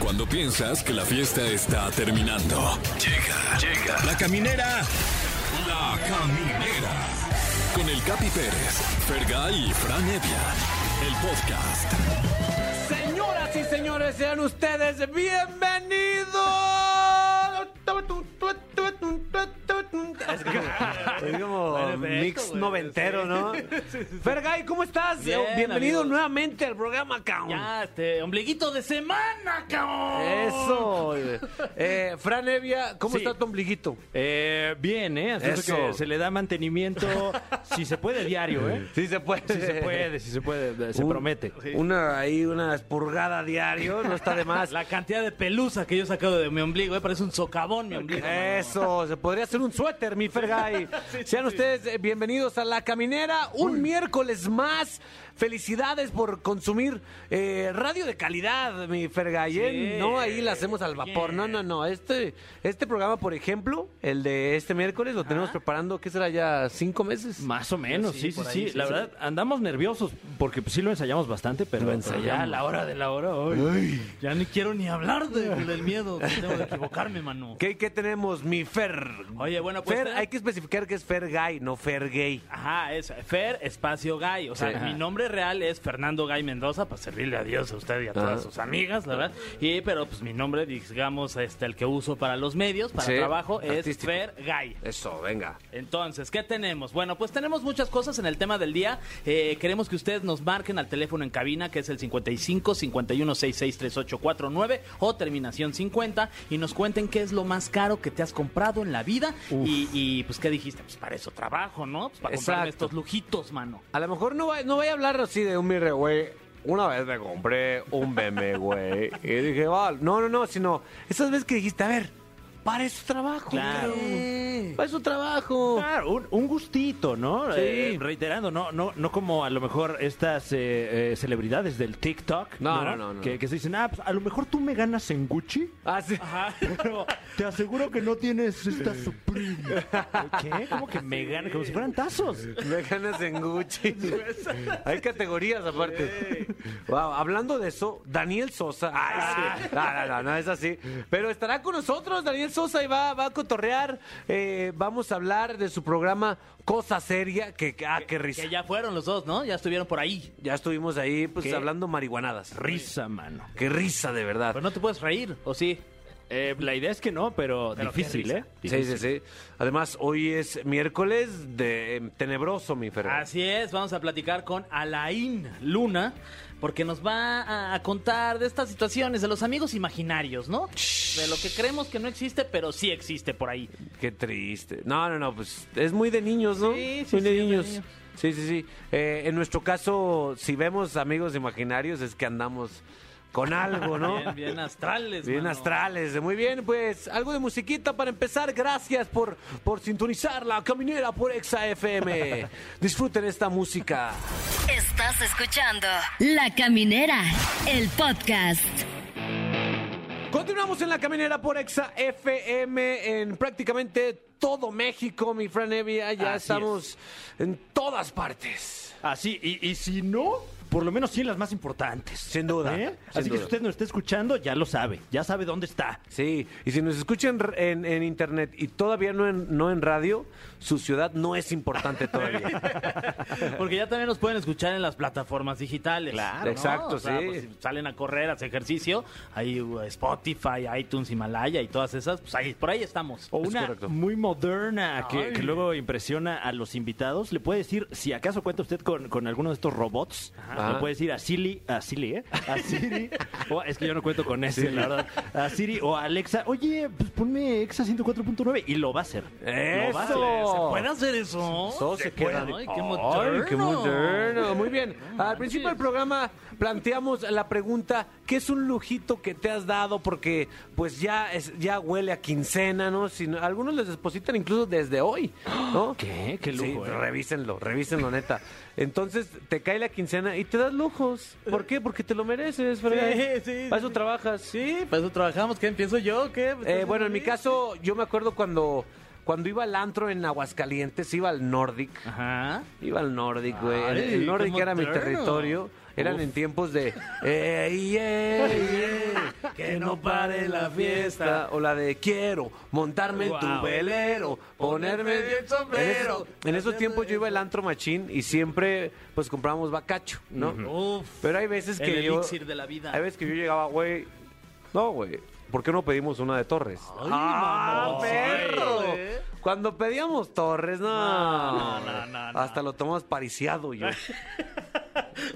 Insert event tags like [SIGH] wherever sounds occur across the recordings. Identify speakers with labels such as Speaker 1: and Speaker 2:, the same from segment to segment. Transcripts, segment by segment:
Speaker 1: Cuando piensas que la fiesta está terminando. Llega, llega. La caminera. La caminera. Con el Capi Pérez, Fergay y Fran Evia. El podcast.
Speaker 2: Señoras y señores, sean ustedes bienvenidos. Es como, es como
Speaker 3: Buen efecto,
Speaker 2: mix
Speaker 3: güey.
Speaker 4: [LAUGHS]
Speaker 2: noventero, ¿no? Fergay, ¿cómo estás?
Speaker 3: Bien,
Speaker 2: Bienvenido
Speaker 3: amigos.
Speaker 2: nuevamente al programa, cabrón.
Speaker 3: Ya, este, ombliguito de semana, cabrón.
Speaker 2: Eso. Eh, Fran Evia, ¿cómo
Speaker 4: Sí.
Speaker 2: está tu ombliguito?
Speaker 4: Eh, bien, ¿eh? Hasta eso
Speaker 2: Eso.
Speaker 4: que se le da mantenimiento, [LAUGHS] si se puede, diario, ¿eh?
Speaker 2: Sí se puede.
Speaker 4: Si se
Speaker 2: [LAUGHS]
Speaker 4: puede, si se puede, se
Speaker 2: Un-
Speaker 4: promete.
Speaker 2: Una ahí, una espurgada diario, no está de más.
Speaker 3: La cantidad de pelusa que yo he sacado de mi ombligo, eh, parece un socavón mi
Speaker 2: [LAUGHS]
Speaker 3: ombligo.
Speaker 2: Eh, Eso, se podría hacer un suéter, mi Fergay. [LAUGHS] Sean ustedes eh, bienvenidos a La Caminera, un miércoles más. Felicidades por consumir eh, radio de calidad, mi Fergay. ¿eh?
Speaker 3: Sí.
Speaker 2: No ahí la hacemos al vapor. No, no, no. Este, este programa, por ejemplo, el de este miércoles, lo tenemos preparando, ¿qué será ya? ¿Cinco meses?
Speaker 4: Más o menos, sí, sí,
Speaker 3: por
Speaker 4: sí.
Speaker 3: ahí, sí,
Speaker 4: la
Speaker 3: sí.
Speaker 4: verdad, andamos nerviosos porque pues, sí lo ensayamos bastante, pero
Speaker 2: Lo
Speaker 4: pero ya a
Speaker 2: ensayamos.
Speaker 4: la hora de la hora hoy.
Speaker 3: Ya ni quiero ni hablar de- del miedo que tengo de equivocarme, Manu.
Speaker 2: ¿Qué, qué tenemos, mi Fer?
Speaker 3: Oye, bueno, pues...
Speaker 2: Fer,
Speaker 3: eh,
Speaker 2: hay que especificar que es Fergay, no Fergay.
Speaker 3: Ajá, es Fer Espacio Gay. O sea,
Speaker 2: Sí.
Speaker 3: mi nombre real es Fernando Gay Mendoza, para servirle a Dios a usted y a todas
Speaker 2: Ah.
Speaker 3: sus amigas, la verdad. Y, pero pues mi nombre, digamos, este, el que uso para los medios, para
Speaker 2: Sí,
Speaker 3: trabajo, es
Speaker 2: artístico.
Speaker 3: Fer Gay.
Speaker 2: Eso, venga.
Speaker 3: Entonces, ¿qué tenemos? Bueno, pues tenemos muchas cosas en el tema del día. Eh, queremos que ustedes nos marquen al teléfono en cabina, que es el 55 51 66 3849 o terminación 50, y nos cuenten qué es lo más caro que te has comprado en la vida. Y, y, pues, ¿qué dijiste? Pues para eso trabajo, ¿no? Pues para comprarme
Speaker 2: Exacto.
Speaker 3: estos lujitos, mano.
Speaker 2: A lo mejor no, va- no voy a hablar así de un mirre, güey. Una vez me compré un BMW, güey. Y dije, va, no, no, no, sino esas veces que dijiste, a ver, para eso trabajo.
Speaker 4: Claro. Ah.
Speaker 2: güey. Para eso trabajo.
Speaker 4: Claro, un, un gustito, ¿no?
Speaker 2: Sí.
Speaker 4: Eh, reiterando, no, no, no como a lo mejor estas eh, eh, celebridades del TikTok.
Speaker 2: No, no, no, no.
Speaker 4: Que, que se dicen, ah, pues, a lo mejor tú me ganas en Gucci.
Speaker 2: Así.
Speaker 4: Pero te aseguro que no tienes esta [LAUGHS] Supreme. ¿Qué? Como que me ganan, como si fueran tazos.
Speaker 2: Me ganas
Speaker 4: [LAUGHS]
Speaker 2: en Gucci. Hay categorías aparte. Wow, hablando de eso, Daniel Sosa. Ay, sí. No, no,
Speaker 4: Ah.
Speaker 2: no, no es así. Pero estará con nosotros Daniel Sosa y va, va a cotorrear. Eh, vamos a hablar de su programa Cosa Seria. Que, ah, qué risa.
Speaker 3: [LAUGHS] Que ya fueron los dos, ¿no? Ya estuvieron por ahí.
Speaker 2: Ya estuvimos ahí, pues,
Speaker 4: ¿Qué?
Speaker 2: hablando marihuanadas.
Speaker 4: Risa, mano.
Speaker 2: Qué risa, de verdad.
Speaker 3: Pero no te puedes reír, ¿o sí?
Speaker 4: Eh, la idea es que no, pero,
Speaker 3: Pero qué
Speaker 4: difícil,
Speaker 3: risa.
Speaker 4: ¿eh?
Speaker 2: Sí, sí, sí. Además, hoy es miércoles de em, tenebroso, mi Fer.
Speaker 4: Ah,
Speaker 3: Así es, vamos a platicar con Alain Luna, porque nos va a, a contar de estas situaciones, de los amigos imaginarios, ¿no? De lo que creemos que no existe, pero sí existe por ahí.
Speaker 2: Qué triste. No, no, no, pues es muy de niños, ¿no?
Speaker 3: Sí, sí,
Speaker 2: muy de
Speaker 3: sí, es de
Speaker 2: niños.
Speaker 3: niños.
Speaker 2: Sí, sí, sí. Eh, en nuestro caso, si vemos amigos imaginarios, es que andamos con algo, ¿no?
Speaker 3: [LAUGHS] Bien, bien astrales.
Speaker 2: Bien
Speaker 3: mano.
Speaker 2: astrales, muy bien, pues algo de musiquita para empezar. Gracias por, por sintonizar la caminera por Exa FM.
Speaker 3: [LAUGHS]
Speaker 2: Disfruten esta música.
Speaker 5: Estás escuchando La Caminera, el podcast.
Speaker 2: Continuamos en la caminera por Exa FM en prácticamente todo México, mi Fran Evia. Ya
Speaker 4: Así
Speaker 2: estamos en todas partes.
Speaker 4: Así, Ah, y, y si no, por lo menos sí en las más importantes.
Speaker 2: Sin duda,
Speaker 4: ¿Eh?
Speaker 2: sin
Speaker 4: Así que
Speaker 2: duda.
Speaker 4: si usted nos está escuchando, ya lo sabe. Ya sabe dónde está.
Speaker 2: Sí, y si nos escuchan r- en, en internet y todavía no en, no en radio, su ciudad no es importante todavía.
Speaker 3: Porque ya también nos pueden escuchar en las plataformas digitales.
Speaker 2: Claro,
Speaker 3: ¿no?
Speaker 2: exacto,
Speaker 3: O sea,
Speaker 2: sí.
Speaker 3: pues, si salen a correr, a hacer ejercicio, ahí uh, Spotify, iTunes, Himalaya y todas esas, pues ahí, por ahí estamos.
Speaker 4: O
Speaker 2: Oh, Es
Speaker 4: una
Speaker 2: correcto.
Speaker 4: muy moderna que,
Speaker 3: Ay.
Speaker 4: que luego impresiona a los invitados. Le puede decir, si acaso cuenta usted con, con alguno de estos robots,
Speaker 2: Ajá.
Speaker 4: le puede decir a Siri, a Siri, ¿eh? A
Speaker 2: [LAUGHS]
Speaker 4: Siri. o- es que yo no cuento con ese, la verdad. A Siri o a Alexa, oye, pues ponme Exa 104.9 y lo va a hacer. Lo va a hacer.
Speaker 2: ¡Eso!
Speaker 3: ¿Pueden Oh. hacer eso?
Speaker 2: Eso se queda de-
Speaker 3: Ay,
Speaker 2: ¡Ay,
Speaker 3: qué moderno.
Speaker 2: qué moderno! Muy bien, al principio del programa planteamos la pregunta, ¿qué es un lujito que te has dado? Porque pues ya, es, ya huele a quincena, ¿no? Si no- algunos les depositan incluso desde hoy, ¿no?
Speaker 4: ¿Qué? Qué lujo,
Speaker 2: Sí,
Speaker 4: ¿eh?
Speaker 2: revísenlo, revísenlo, neta. Entonces te cae la quincena y te das lujos. ¿Por qué? Porque te lo mereces, Fred.
Speaker 3: Sí, sí,
Speaker 2: Para eso
Speaker 3: sí.
Speaker 2: trabajas. Sí,
Speaker 3: Para eso trabajamos, ¿qué empiezo yo? ¿Qué?
Speaker 2: eh, bueno, en mi caso, yo me acuerdo cuando, cuando iba al antro en Aguascalientes, iba al Nordic.
Speaker 3: Ajá.
Speaker 2: Iba al Nordic, güey. El,
Speaker 3: Ay,
Speaker 2: el Nordic
Speaker 3: qué
Speaker 2: era mi
Speaker 3: moderno.
Speaker 2: territorio. Eran en tiempos de. eh, yeah, yeah. que no pare la fiesta. O la de quiero montarme en tu
Speaker 4: Guau.
Speaker 2: velero, ponerme el sombrero. En esos tiempos yo iba al antro machín y siempre pues comprábamos bacacho, ¿no?
Speaker 6: Uf,
Speaker 2: Pero hay veces que
Speaker 6: el
Speaker 2: yo.
Speaker 6: elixir de la vida.
Speaker 2: Hay veces que yo llegaba, güey. No, güey. ¿Por qué no pedimos una de Torres? ¡Ah,
Speaker 6: mamón!
Speaker 2: perro!
Speaker 6: Sí, güey.
Speaker 2: Cuando pedíamos Torres, no.
Speaker 6: No, no, no, no.
Speaker 2: Hasta lo tomamos pariciado [LAUGHS] yo. en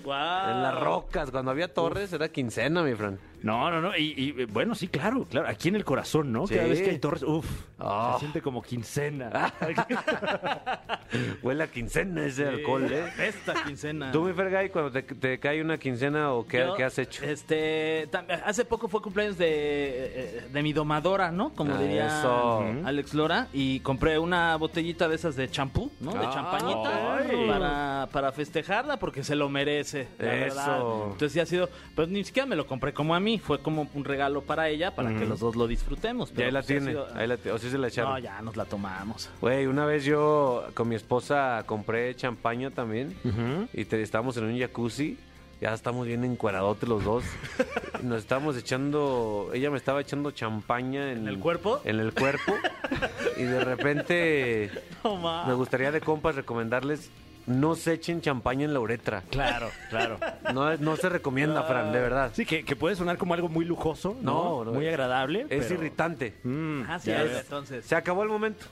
Speaker 6: Guau.
Speaker 2: las rocas. Cuando había Torres era quincena, mi Fran.
Speaker 4: No, no, no. Y, y, bueno, sí, claro, claro. Aquí en el corazón, ¿no?
Speaker 2: Sí.
Speaker 4: Cada vez que hay torres, uff,
Speaker 2: Ah.
Speaker 4: se siente como
Speaker 2: [LAUGHS]
Speaker 4: quincena. [LAUGHS]
Speaker 2: Huele a quincena ese alcohol, ¿eh?
Speaker 6: Esta quincena.
Speaker 2: Tú, mi Fergay, cuando te, te cae una quincena o qué,
Speaker 6: Yo,
Speaker 2: qué has hecho.
Speaker 6: Este, tam- hace poco fue cumpleaños de, eh, de mi domadora, ¿no? Como
Speaker 2: Ah,
Speaker 6: diría
Speaker 2: eso.
Speaker 6: Alex Lora. Y compré una botellita de esas de champú, ¿no? De
Speaker 2: Ah,
Speaker 6: champañita.
Speaker 4: ay.
Speaker 6: Para, para festejarla porque se lo merece, la
Speaker 2: Eso.
Speaker 6: verdad. Entonces ya ha sido... Pues ni siquiera me lo compré como a mí. Fue como un regalo para ella para que los dos lo disfrutemos.
Speaker 2: Ya
Speaker 6: pero,
Speaker 2: ahí la
Speaker 6: pues, ha
Speaker 2: tiene.
Speaker 6: sido-
Speaker 2: Ahí la tiene. O sí se la echaron.
Speaker 6: No, ya nos la tomamos.
Speaker 2: Güey, una vez yo con mi esposa compré champaña también y te, estábamos en un jacuzzi. Ya estamos bien encueradotes los
Speaker 6: [LAUGHS]
Speaker 2: dos. Nos estábamos echando. Ella me estaba echando champaña en,
Speaker 6: ¿En el cuerpo?
Speaker 2: En
Speaker 6: [LAUGHS]
Speaker 2: el cuerpo. y de repente.
Speaker 6: No, ma.
Speaker 2: Me gustaría de compas recomendarles: no se echen champaña en la uretra.
Speaker 4: Claro, claro.
Speaker 2: No, no se recomienda, Fran, de verdad.
Speaker 4: Sí, que, que puede sonar como algo muy lujoso, ¿no?
Speaker 2: No, no.
Speaker 4: Muy agradable.
Speaker 2: Es
Speaker 4: pero- Mm,
Speaker 2: irritante.
Speaker 6: Ah, sí,
Speaker 2: Ya
Speaker 6: es-
Speaker 2: ves.
Speaker 6: entonces.
Speaker 2: Se acabó el momento.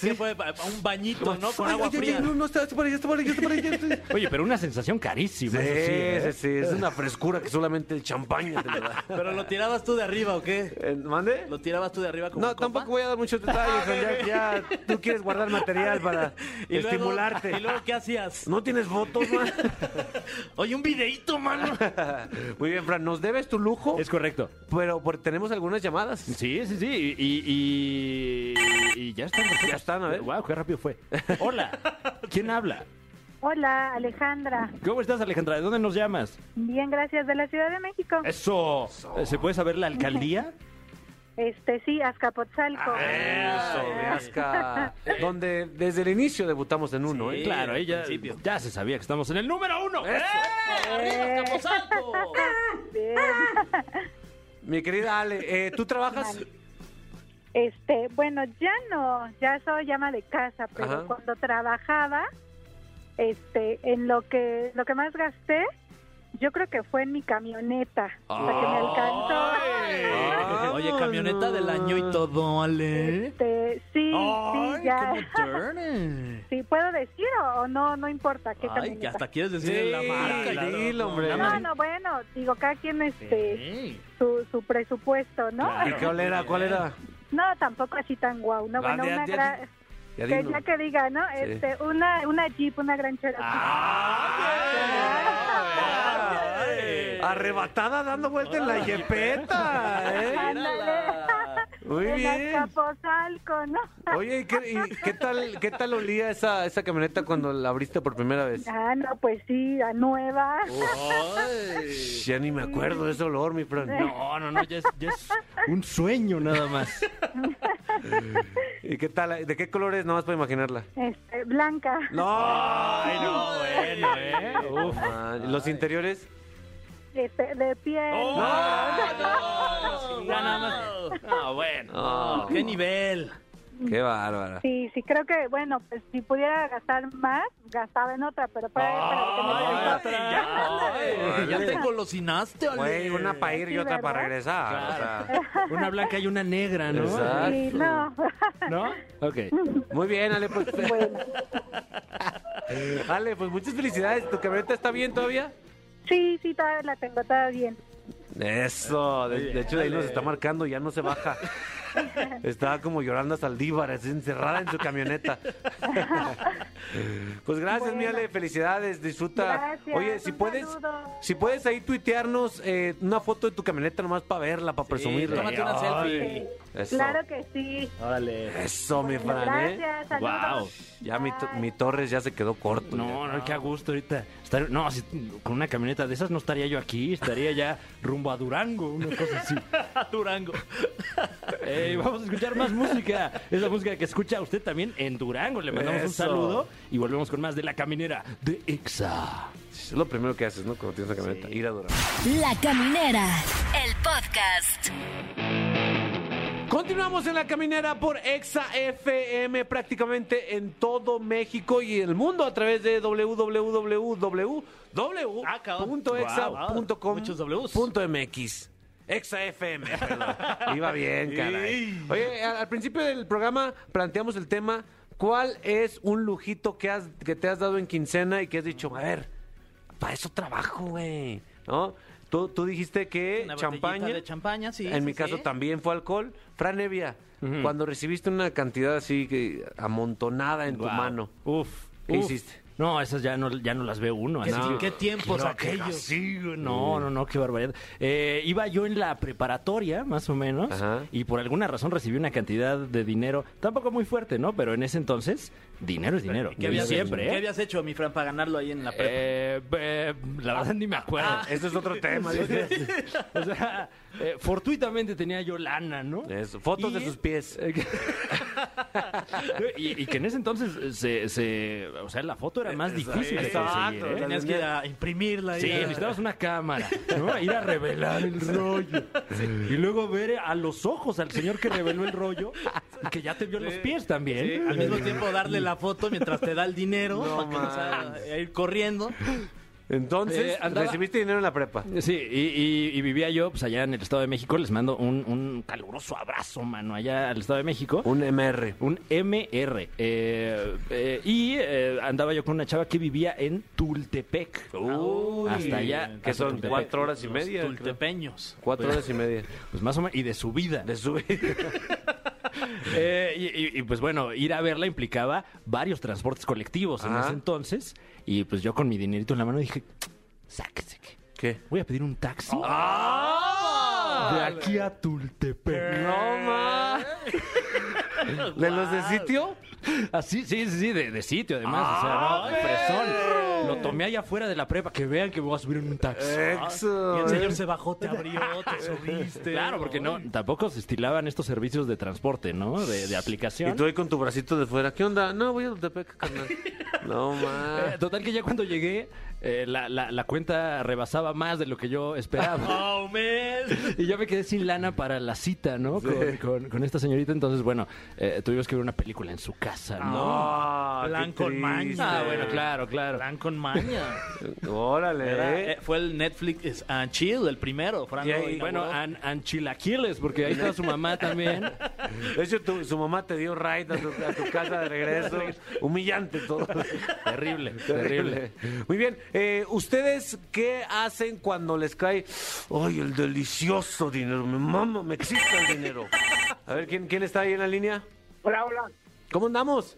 Speaker 6: ¿Qué fue? Pa- pa- Un bañito, ¿no? Con
Speaker 2: Ay,
Speaker 6: agua
Speaker 2: ay, ay,
Speaker 6: fría.
Speaker 2: no, no, está está por ahí, está por ahí, está por ahí, ya está-
Speaker 4: Oye, pero una sensación carísima.
Speaker 2: Sí,
Speaker 4: eso sí, ¿eh?
Speaker 2: sí, sí, es una frescura que solamente el champaña te lo [LAUGHS] da.
Speaker 6: ¿Pero lo tirabas tú de arriba o qué?
Speaker 2: Eh, ¿Mande?
Speaker 6: ¿Lo tirabas tú de arriba como
Speaker 2: No, tampoco voy a dar muchos [LAUGHS] detalles, Juan, ya, ya tú quieres guardar material [LAUGHS] para estimularte.
Speaker 6: ¿Y luego qué
Speaker 2: [LAUGHS]
Speaker 6: hacías?
Speaker 2: ¿No tienes fotos, [LAUGHS] man?
Speaker 6: Oye, un videíto, mano.
Speaker 2: Muy bien, Fran, nos debes tu lujo,
Speaker 4: Es correcto.
Speaker 2: pero por- tenemos algunas llamadas.
Speaker 4: Sí, sí, sí. Y, y, y ya están.
Speaker 2: Ya están, a ver.
Speaker 4: Wow, qué rápido fue. Hola. ¿Quién habla?
Speaker 7: Hola, Alejandra.
Speaker 4: ¿Cómo estás, Alejandra? ¿De dónde nos llamas?
Speaker 7: Bien, gracias. De la Ciudad de México.
Speaker 4: Eso. ¿Se puede saber la alcaldía?
Speaker 7: Este, sí, Azcapotzalco.
Speaker 2: Ah, Eso, de Azca, [LAUGHS] donde desde el inicio debutamos en uno,
Speaker 6: Sí.
Speaker 2: ¿eh?
Speaker 4: claro, ella.
Speaker 6: principio.
Speaker 4: Ya se sabía que estamos en el número uno.
Speaker 6: ¡Arriba, Camposanto!
Speaker 7: Bien.
Speaker 2: Mi querida Ale, eh, ¿tú trabajas?
Speaker 7: Este, bueno, ya no, ya soy llama de casa, pero
Speaker 2: Ajá.
Speaker 7: cuando trabajaba, este, en lo que, lo que más gasté, yo creo que fue en mi camioneta, la que me alcanzó.
Speaker 2: Vámonos.
Speaker 6: Oye, camioneta del año y todo, Ale.
Speaker 7: Este, sí, sí, ya.
Speaker 6: ¡Ay, cómo turne!
Speaker 7: Sí, puedo decir o, o no, no importa qué
Speaker 6: Ay, que
Speaker 7: camioneta.
Speaker 6: hasta quieres decir en la
Speaker 2: Sí,
Speaker 6: marca.
Speaker 2: claro,
Speaker 6: dilo,
Speaker 2: hombre.
Speaker 7: No, no, bueno, digo, cada quien, este,
Speaker 6: Sí.
Speaker 7: su, su presupuesto, ¿no?
Speaker 2: ¿Y cuál era? ¿Cuál era?
Speaker 7: [LAUGHS] No, tampoco así tan guau. No,
Speaker 2: Ah,
Speaker 7: bueno,
Speaker 2: ya-
Speaker 7: una
Speaker 2: ya-
Speaker 7: gran.
Speaker 2: Ya
Speaker 7: Que
Speaker 2: dinos.
Speaker 7: ya que diga, ¿no? Este, una, una Jeep, una gran Cherokee.
Speaker 2: Ah, Ay, Arrebatada dando vuelta en la yepeta, ¿eh?
Speaker 6: Mírala.
Speaker 2: Muy
Speaker 7: en
Speaker 2: bien.
Speaker 7: Azcapotzalco, ¿no?
Speaker 2: Oye, ¿y qué, y qué tal, qué tal olía esa, esa camioneta cuando la abriste por primera vez?
Speaker 7: Ah, no, pues sí, a nueva.
Speaker 2: Shh, Ya ni me acuerdo de ese olor, mi Fran.
Speaker 4: No, no, no, ya es, ya es un sueño nada más.
Speaker 2: ¿Y qué tal? ¿De qué color es? Nada más para imaginarla.
Speaker 7: Este, blanca.
Speaker 2: ¡No!
Speaker 4: Ay, no, bueno, ¿eh?
Speaker 2: Uf, man. ¿Los interiores?
Speaker 7: Este, de piel.
Speaker 2: Oh.
Speaker 6: Ya nada más.
Speaker 4: No, bueno.
Speaker 2: No.
Speaker 6: ¡Qué nivel!
Speaker 2: Oh, ¡Qué bárbara!
Speaker 7: Sí, sí, creo que, bueno, pues si pudiera gastar más, gastaba en otra, pero para, para que no me
Speaker 2: Ay,
Speaker 7: alcance.
Speaker 6: Ya,
Speaker 2: Ay,
Speaker 6: ya te golosinaste, Ale.
Speaker 2: Güey, una para ir y
Speaker 7: Sí,
Speaker 2: otra para
Speaker 7: ¿verdad?
Speaker 2: regresar. o sea.
Speaker 4: Una blanca y una negra, ¿no?
Speaker 2: Exacto.
Speaker 7: Sí, no. [LAUGHS]
Speaker 4: ¿No? Ok.
Speaker 2: Muy bien, Ale, pues.
Speaker 7: Bueno.
Speaker 2: Ale, pues muchas felicidades. ¿Tu camioneta está bien todavía?
Speaker 7: Sí, sí, todavía la tengo, todavía bien.
Speaker 2: Eso, de, de hecho de ahí nos está marcando, ya no se baja. Estaba como llorando hasta así encerrada en su camioneta. Pues gracias,
Speaker 7: Bueno.
Speaker 2: mi Ale, felicidades, disfruta.
Speaker 7: Gracias,
Speaker 2: Oye, si
Speaker 7: un
Speaker 2: puedes,
Speaker 7: saludo.
Speaker 2: si puedes ahí tuitearnos eh, una foto de tu camioneta nomás para verla, para presumirla.
Speaker 6: tómate una selfie.
Speaker 2: Eso,
Speaker 7: Eh, Claro que sí.
Speaker 4: Órale.
Speaker 2: eso mi
Speaker 7: Bueno,
Speaker 2: Fran, ¿eh?
Speaker 7: gracias, saludos.
Speaker 2: Ya mi, to- mi Torres ya se quedó corto.
Speaker 4: No, no, qué a gusto ahorita. Estar- no, si- con una camioneta de esas no estaría yo aquí, estaría ya rumbo a Durango, una cosa [LAUGHS] así.
Speaker 6: A Durango.
Speaker 4: Ey, vamos a escuchar más música. Es la música que escucha usted también en Durango. Le mandamos un
Speaker 2: Eso.
Speaker 4: saludo y volvemos con más de La Caminera de Exa.
Speaker 2: Es lo primero que haces, ¿no? Cuando tienes una camioneta, ir a Durango.
Speaker 5: La Caminera, el podcast. podcast.
Speaker 2: Continuamos en la caminera por Exa FM prácticamente en todo México y el mundo a través de
Speaker 6: Ah, cabrón. Muchos Ws.
Speaker 2: www.exa.com.mx. Exa FM,
Speaker 6: [LAUGHS]
Speaker 2: perdón. Iba bien, caray. Oye, al, al principio del programa planteamos el tema ¿cuál es un lujito que has que te has dado en quincena y que has dicho, a ver, para eso trabajo, güey, ¿no? Tú, tú dijiste que
Speaker 6: Una botellita
Speaker 2: champaña
Speaker 6: de champaña, sí,
Speaker 2: en
Speaker 6: sí,
Speaker 2: mi
Speaker 6: sí.
Speaker 2: caso también fue alcohol. Fran Evia, cuando recibiste una cantidad así que amontonada en tu
Speaker 4: Guau.
Speaker 2: mano,
Speaker 4: Uf.
Speaker 2: ¿Qué
Speaker 4: uf.
Speaker 2: hiciste?
Speaker 4: No, esas ya no, ya no las ve uno.
Speaker 6: ¿Qué-
Speaker 4: así
Speaker 6: qué
Speaker 4: que-
Speaker 6: tiempos
Speaker 3: Pues
Speaker 4: Creo que
Speaker 6: aquellos?
Speaker 4: Sí, güey, no, no, no, qué barbaridad. Eh, iba yo en la preparatoria, más o menos,
Speaker 2: Ajá.
Speaker 4: y por alguna razón recibí una cantidad de dinero, tampoco muy fuerte, ¿no? Pero en ese entonces, dinero es dinero.
Speaker 6: ¿Qué habías,
Speaker 4: siempre,
Speaker 6: ¿Qué
Speaker 4: ¿eh?
Speaker 6: habías hecho, mi Fran, para ganarlo ahí en la prepa?
Speaker 4: Eh, eh, la verdad ni me acuerdo.
Speaker 6: Ah.
Speaker 2: Eh, Eso es otro tema.
Speaker 4: O sea, [LAUGHS] o sea, eh, fortuitamente tenía yo lana, ¿no?
Speaker 2: Eso, fotos de
Speaker 4: Y- Eh,
Speaker 2: sus pies. Eh.
Speaker 4: y, y que en ese entonces eh, se, se- o sea, la foto
Speaker 6: Eh,
Speaker 4: era más difícil de conseguir, ¿eh?
Speaker 6: Tenías que ir a imprimirla.
Speaker 4: Sí,
Speaker 6: ir a-
Speaker 4: necesitabas una cámara, ¿no? Ir a revelar el rollo. Y luego ver a los ojos al señor que reveló el rollo, que ya te vio los pies también.
Speaker 6: Sí, al mismo tiempo darle la foto mientras te da el dinero para que no sea- ir corriendo.
Speaker 2: Entonces,
Speaker 4: Eh, andaba-
Speaker 2: recibiste dinero en la prepa.
Speaker 4: Sí, y, y- y vivía yo pues allá en el Estado de México. Les mando un, un caluroso abrazo, mano, allá al Estado de México.
Speaker 2: Un MR.
Speaker 4: Un MR. Eh, eh, y eh, andaba yo con una chava que vivía en Tultepec. hasta allá.
Speaker 2: Que
Speaker 4: hasta
Speaker 2: son
Speaker 4: Tultepec.
Speaker 2: cuatro horas y media. creo.
Speaker 6: Tultepeños.
Speaker 2: Cuatro horas y media.
Speaker 4: Pues más o menos. Y de su vida.
Speaker 2: De su
Speaker 4: [LAUGHS] Eh, y, y- y, pues bueno, ir a verla implicaba varios transportes colectivos en
Speaker 2: Ajá.
Speaker 4: ese entonces. Y pues yo con mi dinerito en la mano dije, sáquese que
Speaker 2: ¿Qué?
Speaker 4: voy a pedir un taxi
Speaker 2: ¡Ah!
Speaker 4: de aquí a Tultepec.
Speaker 2: ¡No más! ¿De los de sitio?
Speaker 4: Así, sí, sí, sí, de, de sitio además.
Speaker 2: ¡Ah,
Speaker 4: o sea, no, fresón. Lo tomé allá afuera de la prepa, que vean que voy a subir en un taxi.
Speaker 2: Eh,
Speaker 6: Y
Speaker 2: Exo.
Speaker 6: el señor se bajó, te abrió, te subiste.
Speaker 4: Claro, porque no, tampoco se estilaban estos servicios de transporte, ¿no? De, de aplicación.
Speaker 2: Y tú ahí con tu bracito de fuera. ¿Qué onda? No, voy a Tultepec, carnal. No
Speaker 4: Eh,
Speaker 2: más.
Speaker 4: Total que ya cuando llegué, eh, la, la- la cuenta rebasaba más de lo que yo esperaba.
Speaker 3: [LAUGHS]
Speaker 6: Oh, man.
Speaker 4: Y yo me quedé sin lana para la cita, ¿no? Con, con- con esta señorita. Entonces, bueno, eh, tuvimos que ver una película en su casa,
Speaker 2: Ah,
Speaker 4: ¿no?
Speaker 2: No, qué
Speaker 6: Plan con
Speaker 2: triste.
Speaker 6: maña.
Speaker 4: Ah, bueno, claro, claro. Eh.
Speaker 6: Plan con maña.
Speaker 2: Órale,
Speaker 6: Era-
Speaker 2: ¿eh?
Speaker 6: eh, fue el Netflix es- and Chill, el primero. Fran,
Speaker 2: Y
Speaker 6: lo
Speaker 2: ahí-
Speaker 6: inauguró.
Speaker 4: Bueno, an- anchilaquiles, porque ahí estaba su mamá también.
Speaker 2: De hecho, tu- su mamá te dio raid a tu, a tu casa de regreso. Humillante todo.
Speaker 4: Terrible,
Speaker 2: [LAUGHS]
Speaker 4: terrible.
Speaker 2: Muy bien. eh, ¿Ustedes qué hacen cuando les cae? ¡Ay, el delicioso dinero! ¡Me mama, me excita el dinero! A ver, ¿quién, ¿quién está ahí en la línea?
Speaker 8: Hola, hola.
Speaker 2: ¿Cómo andamos?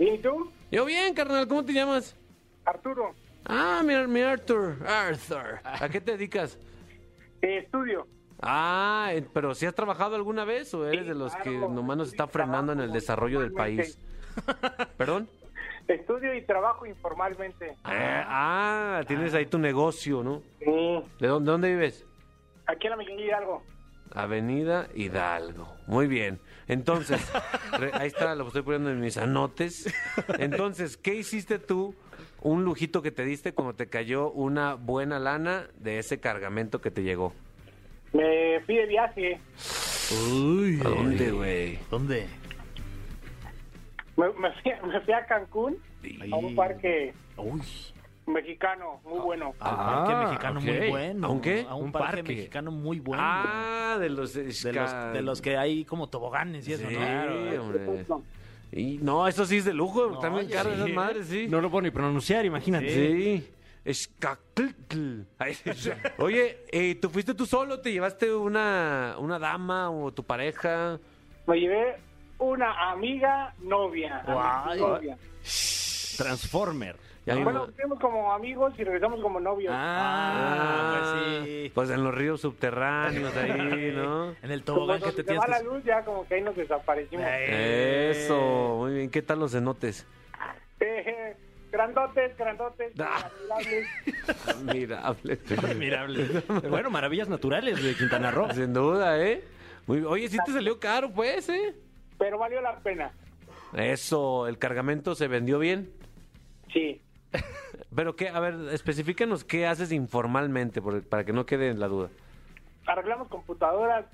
Speaker 8: ¿Y tú?
Speaker 2: Yo bien, carnal. ¿Cómo te llamas?
Speaker 8: Arturo,
Speaker 2: Ah, mi, mi Arthur. Arthur. ¿A qué te dedicas?
Speaker 8: eh, estudio.
Speaker 2: Ah, eh, pero si has trabajado alguna vez o eres
Speaker 8: Sí,
Speaker 2: de los que
Speaker 8: claro,
Speaker 2: nomás nos está
Speaker 8: sí,
Speaker 2: frenando en el
Speaker 8: trabajo
Speaker 2: desarrollo del país?
Speaker 8: [LAUGHS]
Speaker 2: ¿Perdón?
Speaker 8: Estudio y trabajo informalmente.
Speaker 2: Eh, ah, tienes ahí tu negocio, ¿no?
Speaker 8: Sí.
Speaker 2: ¿De dónde, dónde vives?
Speaker 8: Aquí en la Miguel Hidalgo.
Speaker 2: Avenida Hidalgo. Muy bien.
Speaker 8: [LAUGHS]
Speaker 2: Entonces, re- ahí está, lo estoy poniendo en mis anotes. Entonces, ¿qué hiciste tú? Un lujito que te diste cuando te cayó una buena lana de ese cargamento que te llegó.
Speaker 8: Me fui de viaje.
Speaker 6: Uy,
Speaker 2: ¿A dónde, güey?
Speaker 6: ¿Dónde?
Speaker 8: Me, me fui, [LAUGHS] me fui a Cancún, a un parque
Speaker 6: Uy.
Speaker 8: mexicano muy bueno.
Speaker 6: A un parque
Speaker 4: Ah,
Speaker 6: mexicano
Speaker 4: ok.
Speaker 6: muy bueno.
Speaker 2: ¿A un qué?
Speaker 6: A un,
Speaker 4: Un
Speaker 6: parque,
Speaker 4: parque.
Speaker 6: mexicano muy bueno.
Speaker 2: Ah, de los... De
Speaker 6: de, los, de los que hay como toboganes y eso,
Speaker 2: Sí,
Speaker 6: ¿no?
Speaker 2: hombre. Y no, eso sí es de lujo. También
Speaker 6: ya
Speaker 2: caro
Speaker 6: sí.
Speaker 2: esas madres, sí.
Speaker 4: No lo puedo ni pronunciar, imagínate.
Speaker 2: Sí. Escacltl. Ay, sí. Oye, eh, ¿tú fuiste tú solo? ¿Te llevaste una, una dama o tu pareja?
Speaker 8: Me llevé una amiga novia.
Speaker 6: Guay.
Speaker 8: Novia.
Speaker 4: Transformer.
Speaker 2: Ya no-
Speaker 8: Bueno, fuimos como amigos y regresamos como novios.
Speaker 6: Ah,
Speaker 2: Ah,
Speaker 6: pues sí.
Speaker 2: Pues en los ríos subterráneos ahí, ¿no?
Speaker 6: En el
Speaker 8: Como
Speaker 6: tobogán que
Speaker 8: donde
Speaker 6: te
Speaker 8: se va
Speaker 6: tienes
Speaker 8: la
Speaker 6: que...
Speaker 8: luz ya como que ahí nos desaparecimos.
Speaker 6: Eh.
Speaker 2: Eso, muy bien. ¿Qué tal los cenotes?
Speaker 8: [LAUGHS] Eh, grandotes, grandotes.
Speaker 2: Ah.
Speaker 8: admirables.
Speaker 2: Admirables.
Speaker 4: Admirable. Bueno, maravillas naturales de Quintana Roo.
Speaker 2: Sin duda, ¿eh? Muy bien. Oye, sí te salió caro, pues, ¿eh?
Speaker 8: Pero valió la pena.
Speaker 2: Eso, el cargamento se vendió bien.
Speaker 8: Sí.
Speaker 2: Pero qué, a ver, especifícanos qué haces informalmente por- para que no quede en la duda.
Speaker 8: arreglamos computadoras.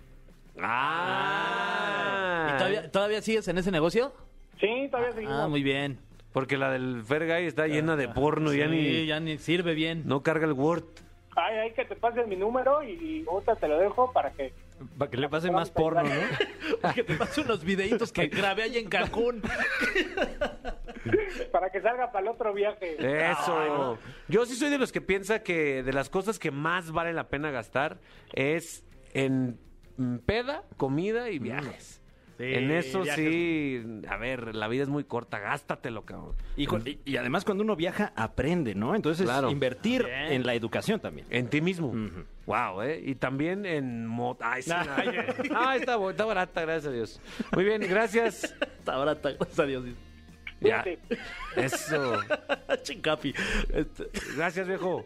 Speaker 2: Ah.
Speaker 6: ¿Y todavía, todavía sigues en ese negocio?
Speaker 8: Sí, todavía seguimos.
Speaker 6: Ah, muy bien.
Speaker 2: Porque la del Fergay está llena de porno y ya
Speaker 6: Sí,
Speaker 2: ni.
Speaker 6: ya ni sirve bien.
Speaker 2: No carga el Word.
Speaker 8: Ay, ay, que te pases mi número y, y otra te lo dejo para que...
Speaker 4: Para que le pase más porno, ¿no?
Speaker 6: [LAUGHS] Que te pase unos videitos que grabé allá en
Speaker 2: [LAUGHS]
Speaker 6: Cancún.
Speaker 8: Para que salga para el otro viaje.
Speaker 6: Eh,
Speaker 2: Eso. Yo sí soy de los que piensa que de las cosas que más vale la pena gastar es en mm, peda, comida y viajes.
Speaker 6: Mm. Sí,
Speaker 2: en eso
Speaker 6: viajes.
Speaker 2: sí, a ver, la vida es muy corta, gástatelo, cabrón.
Speaker 4: Y, cu- y- y además cuando uno viaja, aprende, ¿no? Entonces,
Speaker 2: Claro.
Speaker 4: invertir
Speaker 6: Bien.
Speaker 4: en la educación también.
Speaker 2: En ti mismo. Wow, ¿eh? Y también en moto. Ay, sí,
Speaker 6: Nah,
Speaker 2: no.
Speaker 6: ay, eh.
Speaker 2: Ah, está, bo- está barata, gracias a Dios. Muy bien, gracias.
Speaker 6: Hasta ahora, hasta- gracias a Dios.
Speaker 2: [LAUGHS] Ya.
Speaker 8: Sí.
Speaker 2: Eso.
Speaker 6: Chingapi. Este,
Speaker 2: Gracias, viejo.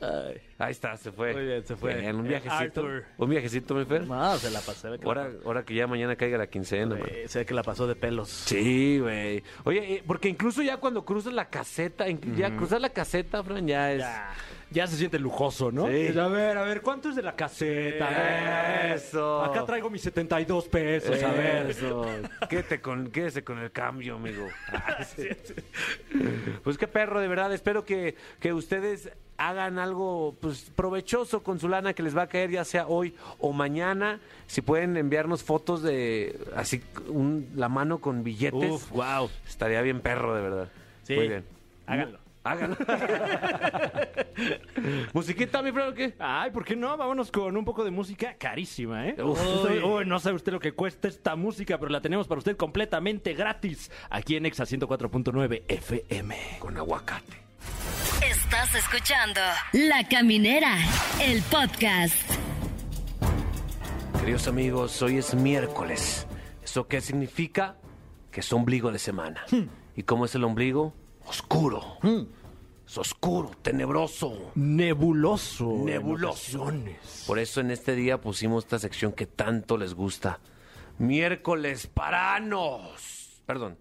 Speaker 6: ay.
Speaker 2: Ahí está, se fue.
Speaker 6: Muy bien, se fue.
Speaker 2: En un
Speaker 6: Eh,
Speaker 2: viajecito.
Speaker 6: Arthur.
Speaker 2: Un viajecito, mi Fer.
Speaker 6: No, se la pasé. ve que la
Speaker 2: Ahora, ahora que ya mañana caiga la quincena, man.
Speaker 6: Eh, se ve que la pasó de pelos.
Speaker 2: Sí, güey. Oye, eh, porque incluso ya cuando cruzas la caseta, inc- ya cruzas la caseta, Fran, ya es.
Speaker 4: Ya, ya se siente lujoso, ¿no?
Speaker 2: Sí.
Speaker 4: Es, A ver, a ver, ¿cuánto es de la caseta?
Speaker 2: Eso.
Speaker 4: Acá traigo mis 72 pesos, Pues a ver.
Speaker 2: Eso. Eh, Quédate con, quédese con el cambio, amigo. Ay, sí. Pues qué perro, de verdad. Espero que, que ustedes hagan algo pues provechoso con su lana que les va a caer ya sea hoy o mañana. Si pueden enviarnos fotos de así un- la mano con billetes.
Speaker 4: Uf, wow.
Speaker 2: Estaría bien perro, de verdad.
Speaker 6: Sí,
Speaker 2: Muy bien.
Speaker 6: háganlo.
Speaker 2: Háganlo. Musiquita, mi Fran, ¿o qué?
Speaker 4: Ay, ¿por qué no? Vámonos con un poco de música carísima, ¿eh?
Speaker 2: Uf.
Speaker 4: Uy. Uy, no sabe usted lo que cuesta esta música, pero la tenemos para usted completamente gratis aquí en Exa 104.9 FM.
Speaker 2: Con aguacate.
Speaker 5: Estás escuchando La Caminera, el podcast.
Speaker 2: Queridos amigos, hoy es miércoles. ¿Eso qué significa? Que es ombligo de semana. ¿Y cómo es el ombligo? Oscuro. Es oscuro, tenebroso.
Speaker 4: Nebuloso. en
Speaker 2: Nebuloso.
Speaker 4: ocasiones.
Speaker 2: Por eso en este día pusimos esta sección que tanto les gusta. Miércoles para anos. Perdón.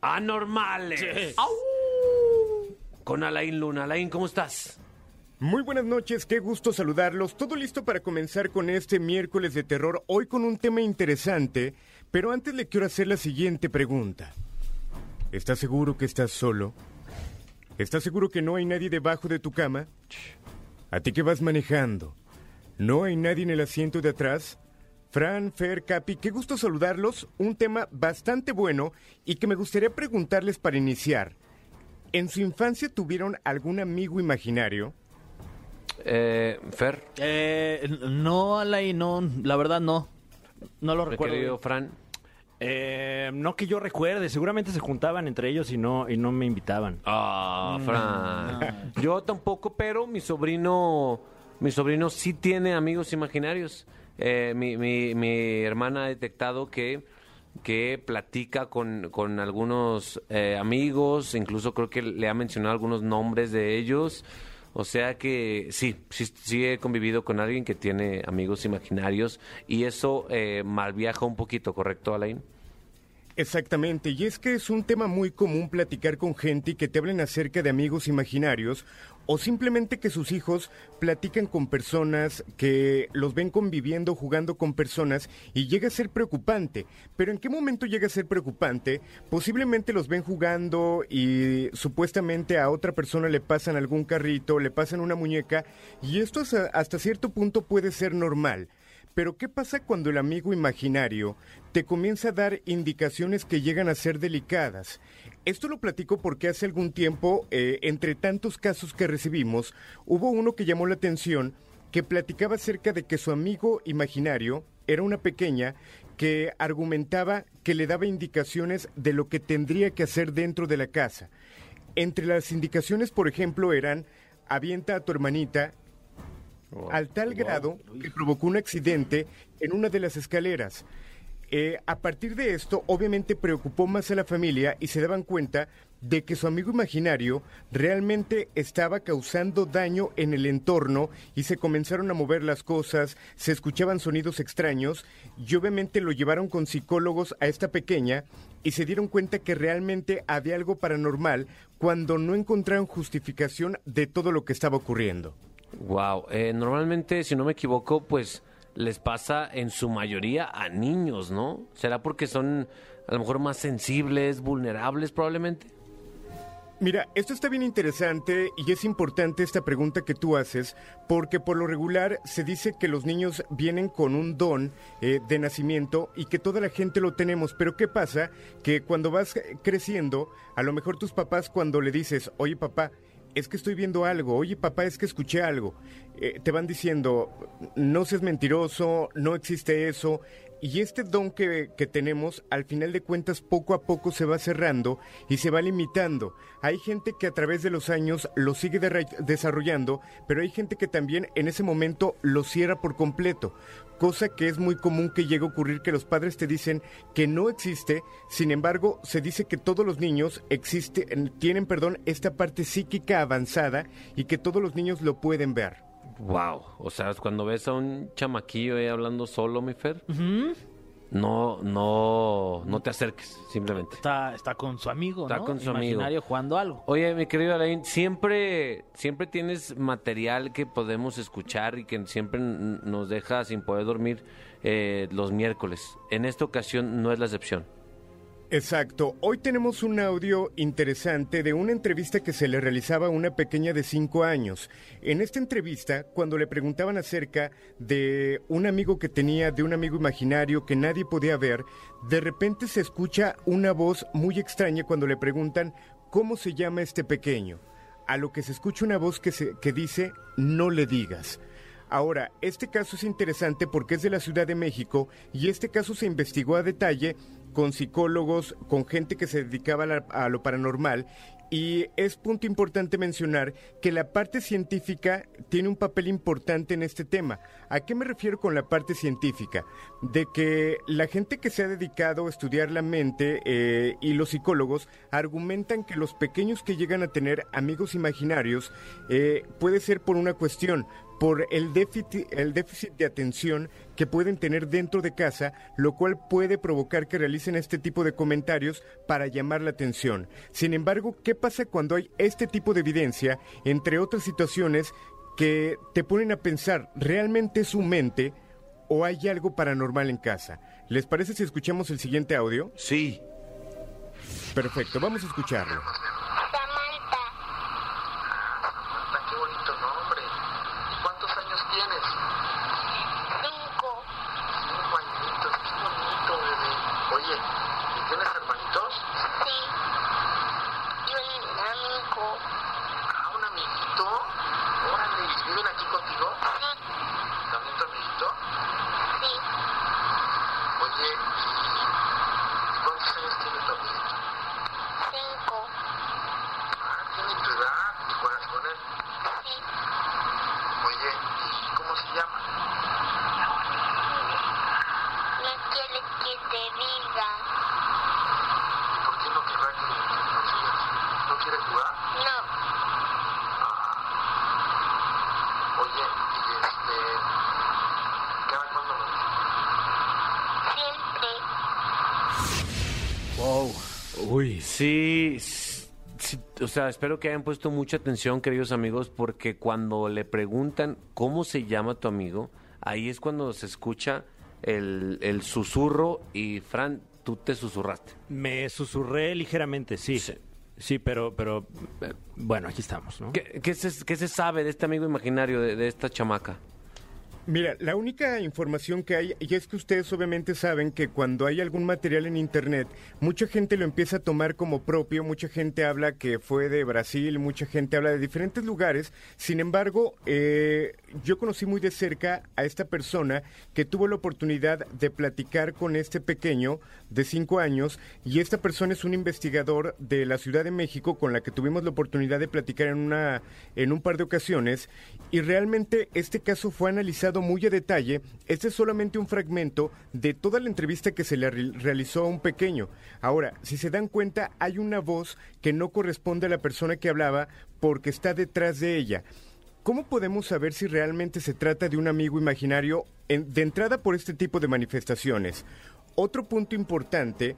Speaker 2: Anormales. ¡Au! Con Alain Luna. Alain, ¿cómo estás?
Speaker 9: Muy buenas noches, qué gusto saludarlos. Todo listo para comenzar con este miércoles de terror, hoy con un tema interesante, pero antes le quiero hacer la siguiente pregunta. ¿Estás seguro que estás solo? ¿Estás seguro que no hay nadie debajo de tu cama? ¿A ti que vas manejando? ¿No hay nadie en el asiento de atrás? Fran, Fer, Capi, qué gusto saludarlos. Un tema bastante bueno y que me gustaría preguntarles para iniciar. ¿En su infancia tuvieron algún amigo imaginario?
Speaker 2: Fer,
Speaker 6: Eh, no, Alain, no. La verdad, no. No lo recuerdo.
Speaker 2: querido Fran.
Speaker 4: Eh, no que yo recuerde, seguramente se juntaban entre ellos y no, y no me invitaban.
Speaker 2: Ah, Fran. Yo tampoco, pero mi sobrino, mi sobrino sí tiene amigos imaginarios. Eh, mi, mi- mi hermana ha detectado que, que platica con, con algunos eh, amigos, incluso creo que le ha mencionado algunos nombres de ellos. O sea que sí, sí, sí he convivido con alguien que tiene amigos imaginarios y eso eh, malviaja un poquito, ¿correcto, Alain?
Speaker 9: Exactamente, y es que es un tema muy común platicar con gente y que te hablen acerca de amigos imaginarios o simplemente que sus hijos platican con personas que los ven conviviendo, jugando con personas y llega a ser preocupante. Pero ¿en qué momento llega a ser preocupante? Posiblemente los ven jugando y supuestamente a otra persona le pasan algún carrito, le pasan una muñeca y esto hasta- hasta cierto punto puede ser normal. Pero ¿qué pasa cuando el amigo imaginario te comienza a dar indicaciones que llegan a ser delicadas? Esto lo platico porque hace algún tiempo, eh, entre tantos casos que recibimos, hubo uno que llamó la atención que platicaba acerca de que su amigo imaginario era una pequeña que argumentaba que le daba indicaciones de lo que tendría que hacer dentro de la casa. Entre las indicaciones, por ejemplo, eran avienta a tu hermanita, al tal grado que provocó un accidente en una de las escaleras. Eh, a partir de esto, obviamente preocupó más a la familia y se daban cuenta de que su amigo imaginario realmente estaba causando daño en el entorno y se comenzaron a mover las cosas, se escuchaban sonidos extraños y obviamente lo llevaron con psicólogos a esta pequeña y se dieron cuenta que realmente había algo paranormal cuando no encontraron justificación de todo lo que estaba ocurriendo.
Speaker 2: Wow, eh, normalmente, si no me equivoco, pues les pasa en su mayoría a niños, ¿no? ¿Será porque son a lo mejor más sensibles, vulnerables probablemente?
Speaker 9: Mira, esto está bien interesante y es importante esta pregunta que tú haces, porque por lo regular se dice que los niños vienen con un don eh, de nacimiento y que toda la gente lo tenemos, pero ¿qué pasa? Que cuando vas eh, creciendo, a lo mejor tus papás cuando le dices, oye papá, es que estoy viendo algo, oye papá, es que escuché algo, eh, te van diciendo, no seas mentiroso, no existe eso, y este don que, que, tenemos, al final de cuentas, poco a poco se va cerrando y se va limitando. Hay gente que a través de los años lo sigue de desarrollando, pero hay gente que también en ese momento lo cierra por completo. Cosa que es muy común que llegue a ocurrir que los padres te dicen que no existe, sin embargo, se dice que todos los niños existe, tienen perdón, esta parte psíquica avanzada y que todos los niños lo pueden ver.
Speaker 2: Wow, o sea, cuando ves a un chamaquillo ahí hablando solo, mi Fer, uh -huh. no, no, no te acerques, simplemente.
Speaker 6: Está, está con su amigo,
Speaker 2: está
Speaker 6: ¿no?
Speaker 2: con su
Speaker 6: Imaginario
Speaker 2: amigo.
Speaker 6: jugando algo.
Speaker 2: Oye, mi querido Alain, siempre, siempre tienes material que podemos escuchar y que siempre nos deja sin poder dormir eh, los miércoles. En esta ocasión no es la excepción.
Speaker 9: Exacto. Hoy tenemos un audio interesante de una entrevista que se le realizaba a una pequeña de 5 años. En esta entrevista, cuando le preguntaban acerca de un amigo que tenía, de un amigo imaginario que nadie podía ver, de repente se escucha una voz muy extraña cuando le preguntan cómo se llama este pequeño. A lo que se escucha una voz que, se, que dice, no le digas. Ahora, este caso es interesante porque es de la Ciudad de México y este caso se investigó a detalle con psicólogos, con gente que se dedicaba a, la, a, lo paranormal. Y es punto importante mencionar que la parte científica tiene un papel importante en este tema. ¿A qué me refiero con la parte científica? De que la gente que se ha dedicado a estudiar la mente eh, y los psicólogos argumentan que los pequeños que llegan a tener amigos imaginarios eh, puede ser por una cuestión, por el déficit, el déficit de atención que pueden tener dentro de casa, lo cual puede provocar que realicen este tipo de comentarios para llamar la atención. Sin embargo, ¿qué pasa cuando hay este tipo de evidencia, entre otras situaciones, que te ponen a pensar, ¿realmente es su mente o hay algo paranormal en casa? ¿Les parece si escuchamos el siguiente audio?
Speaker 2: Sí.
Speaker 9: Perfecto, vamos a escucharlo.
Speaker 7: Ah,
Speaker 5: este,
Speaker 2: Uy. Sí, sí, o sea, espero que hayan puesto mucha atención, queridos amigos, porque cuando le preguntan cómo se llama tu amigo, ahí es cuando se escucha el, el susurro y Fran, tú te susurraste.
Speaker 4: Me susurré ligeramente, sí. Sí, sí pero, pero eh, bueno, aquí estamos, ¿no?
Speaker 2: ¿Qué, qué, se, ¿Qué, se, sabe de este amigo imaginario, de, de esta chamaca?
Speaker 9: Mira, la única información que hay, y es que ustedes obviamente saben que cuando hay algún material en Internet, mucha gente lo empieza a tomar como propio, mucha gente habla que fue de Brasil, mucha gente habla de diferentes lugares, sin embargo, eh, yo conocí muy de cerca a esta persona que tuvo la oportunidad de platicar con este pequeño de 5 años, y esta persona es un investigador de la Ciudad de México con la que tuvimos la oportunidad de platicar en, una, en un par de ocasiones, y realmente este caso fue analizado muy a detalle, este es solamente un fragmento de toda la entrevista que se le realizó a un pequeño. Ahora, si se dan cuenta, hay una voz que no corresponde a la persona que hablaba porque está detrás de ella. ¿Cómo podemos saber si realmente se trata de un amigo imaginario en, de entrada por este tipo de manifestaciones? Otro punto importante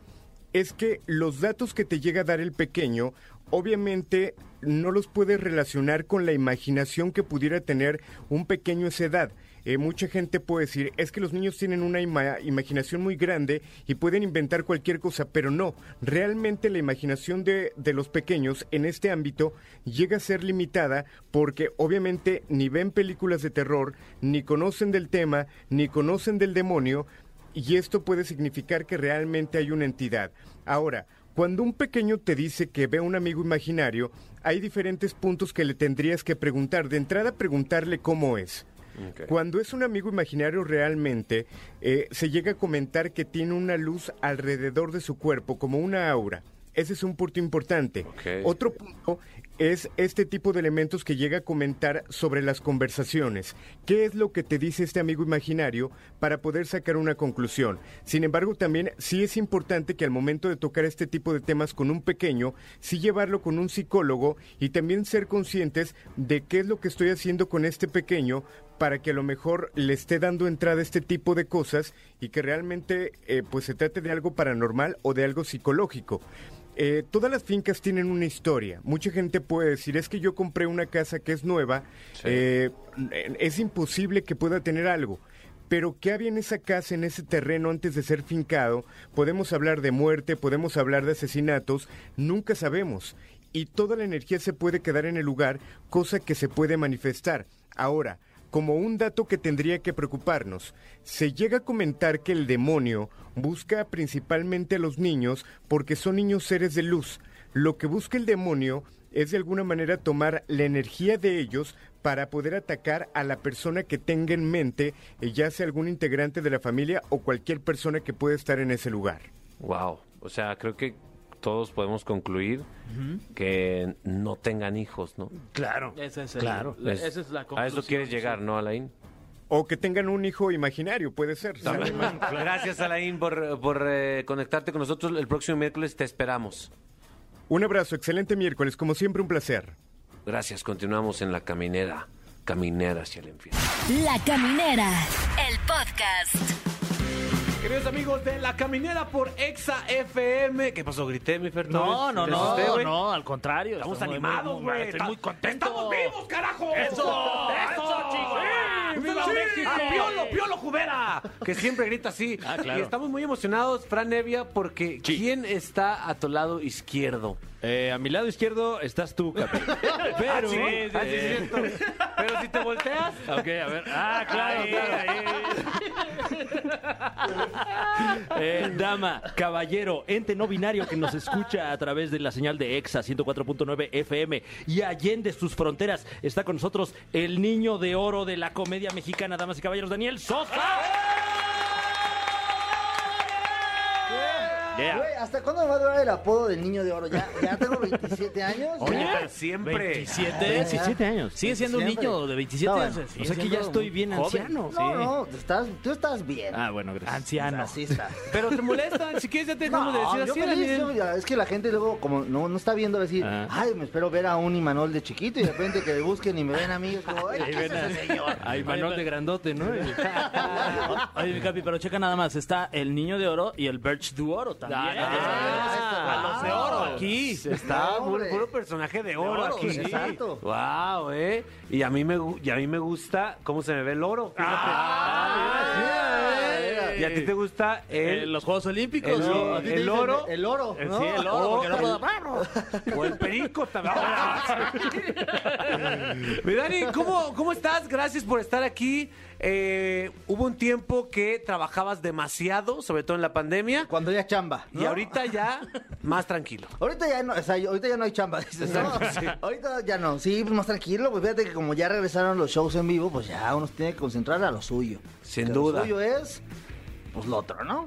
Speaker 9: es que los datos que te llega a dar el pequeño, obviamente no los puedes relacionar con la imaginación que pudiera tener un pequeño a esa edad. Eh, mucha gente puede decir, es que los niños tienen una ima- imaginación muy grande y pueden inventar cualquier cosa, pero no, realmente la imaginación de, de los pequeños en este ámbito llega a ser limitada porque obviamente ni ven películas de terror, ni conocen del tema, ni conocen del demonio, y esto puede significar que realmente hay una entidad. Ahora, cuando un pequeño te dice que ve a un amigo imaginario, hay diferentes puntos que le tendrías que preguntar. De entrada, preguntarle cómo es. Cuando es un amigo imaginario realmente, eh, se llega a comentar que tiene una luz alrededor de su cuerpo, como una aura. Ese es un punto importante.
Speaker 10: Ok.
Speaker 9: Otro punto es este tipo de elementos que llega a comentar sobre las conversaciones. ¿Qué es lo que te dice este amigo imaginario para poder sacar una conclusión? Sin embargo, también sí es importante que al momento de tocar este tipo de temas con un pequeño, sí llevarlo con un psicólogo y también ser conscientes de qué es lo que estoy haciendo con este pequeño para que a lo mejor le esté dando entrada a este tipo de cosas y que realmente eh, pues se trate de algo paranormal o de algo psicológico. Eh, todas las fincas tienen una historia. Mucha gente puede decir, es que yo compré una casa que es nueva, eh, n- es imposible que pueda tener algo. Pero ¿qué había en esa casa, en ese terreno antes de ser fincado? Podemos hablar de muerte, podemos hablar de asesinatos, nunca sabemos. Y toda la energía se puede quedar en el lugar, cosa que se puede manifestar. Ahora, como un dato que tendría que preocuparnos. Se llega a comentar que el demonio busca principalmente a los niños porque son niños seres de luz. Lo que busca el demonio es de alguna manera tomar la energía de ellos para poder atacar a la persona que tenga en mente, eh, ya sea algún integrante de la familia o cualquier persona que pueda estar en ese lugar.
Speaker 10: Wow. O sea, creo que todos podemos concluir que no tengan hijos, ¿no?
Speaker 4: Claro.
Speaker 6: Ese es el-
Speaker 4: Claro.
Speaker 6: la- esa
Speaker 2: Ah,
Speaker 6: es la
Speaker 10: A eso
Speaker 6: conclusión,
Speaker 10: quieres
Speaker 6: sí.
Speaker 10: llegar, ¿no, Alain?
Speaker 9: O que tengan un hijo imaginario, puede ser. ¿sabe?
Speaker 10: Gracias, Alain, por, por eh, conectarte con nosotros. El próximo miércoles te esperamos.
Speaker 9: Un abrazo, excelente miércoles, como siempre un placer.
Speaker 10: Gracias. Continuamos en la caminera. Caminera hacia el infierno.
Speaker 5: La Caminera, el podcast.
Speaker 2: Queridos amigos de La Caminera por Exa FM. ¿Qué pasó? ¿Grité, mi Fer?
Speaker 6: No, no,
Speaker 2: ¿Te
Speaker 6: no,
Speaker 2: asusté, güey?
Speaker 6: no, al contrario.
Speaker 2: Estamos
Speaker 6: estoy muy-
Speaker 2: animados,
Speaker 6: muy-
Speaker 2: güey.
Speaker 6: Estoy
Speaker 2: Ta-
Speaker 6: muy contento.
Speaker 2: ¡Estamos vivos, carajo!
Speaker 6: ¡Eso! ¡Eso, chicos!
Speaker 2: ¡Sí!
Speaker 6: ¡Viva
Speaker 2: ¡Sí!
Speaker 6: México!
Speaker 2: ¡A Piolo, Piolo Jubera! Que siempre grita así.
Speaker 4: Ah, claro.
Speaker 2: Y estamos muy emocionados, Fran Nevia, porque ¿quién está a tu lado izquierdo?
Speaker 4: Eh, a mi lado izquierdo estás tú, Capi. Pero...
Speaker 2: [LAUGHS] Ah, sí,
Speaker 4: Eh,
Speaker 2: ah, sí, es cierto. [LAUGHS] Pero si te volteas...
Speaker 4: Ok, a ver.
Speaker 2: [LAUGHS]
Speaker 4: Ah, claro, claro. Eh, dama, caballero, ente no binario que nos escucha a través de la señal de EXA 104.9 FM y allende sus fronteras, está con nosotros el niño de oro de la comedia mexicana, damas y caballeros, Daniel Sosa.
Speaker 2: ¡Eh!
Speaker 3: Güey, ¿hasta cuándo me va a durar el apodo del niño de oro? Ya, ya tengo 27 años.
Speaker 2: Oye, pero siempre.
Speaker 6: 27.
Speaker 3: 17
Speaker 4: años.
Speaker 6: Sigue siendo un
Speaker 3: Siempre.
Speaker 6: niño de 27
Speaker 3: No,
Speaker 6: años.
Speaker 3: bueno,
Speaker 6: sigue
Speaker 4: o sea que
Speaker 6: siendo
Speaker 4: ya estoy
Speaker 6: un
Speaker 4: bien
Speaker 6: joven.
Speaker 4: anciano.
Speaker 3: No, no, estás, tú estás bien.
Speaker 4: Ah, bueno, gracias.
Speaker 6: Anciano.
Speaker 3: Así está.
Speaker 2: Pero te molestan. Si quieres, ya te dejamos
Speaker 3: No,
Speaker 2: de
Speaker 3: yo
Speaker 2: decir así,
Speaker 3: feliz,
Speaker 2: Daniel.
Speaker 3: yo- ya, es que la gente luego, como no, no está viendo, va a decir,
Speaker 4: Ah.
Speaker 3: ay, me espero ver a un Imanol de chiquito y de repente que me busquen y me ven a mí. es como, ay,
Speaker 4: Ahí
Speaker 3: ¿qué es
Speaker 4: ven a-
Speaker 3: ese señor?
Speaker 4: Ay, Manuel de grandote, ¿no?
Speaker 6: Oye, mi capi, pero checa nada más. Está el niño de oro y el Birch du oro también.
Speaker 4: Ah,
Speaker 6: Ah, a los de oro aquí.
Speaker 2: Está
Speaker 3: No,
Speaker 2: puro-
Speaker 3: hombre.
Speaker 2: puro personaje de oro,
Speaker 3: oro,
Speaker 2: aquí.
Speaker 3: sí. Exacto.
Speaker 2: Wow, eh. Y a mí me gu- y a mí me gusta cómo se me ve el oro. fíjate. Ah,
Speaker 3: Ah,
Speaker 2: Y a ti te gusta
Speaker 6: Eh,
Speaker 2: el
Speaker 6: los Juegos Olímpicos.
Speaker 2: El-
Speaker 6: ¿no?
Speaker 3: A ti te
Speaker 2: el
Speaker 3: dicen,
Speaker 2: oro.
Speaker 3: El oro,
Speaker 2: Eh,
Speaker 3: ¿no?
Speaker 2: sí, el oro, porque no
Speaker 4: Oh,
Speaker 2: puedo-
Speaker 3: oro.
Speaker 2: [LAUGHS] o el perico también. [LAUGHS] Mi Dani, ¿cómo, ¿cómo estás? Gracias por estar aquí. Eh, hubo un tiempo que trabajabas demasiado, sobre todo en la pandemia,
Speaker 3: Cuando ya chamba.
Speaker 2: y
Speaker 3: ¿no?
Speaker 2: ahorita ya más [LAUGHS] tranquilo.
Speaker 3: Ahorita ya no, o sea, ahorita ya no hay chamba, dices, ¿no?
Speaker 6: [LAUGHS]
Speaker 3: Ahorita ya no, sí, pues más tranquilo, pues fíjate que como ya regresaron los shows en vivo, pues ya uno se tiene que concentrar a lo suyo.
Speaker 2: Sin
Speaker 3: Que
Speaker 2: duda.
Speaker 3: Lo suyo es, pues lo otro, ¿no?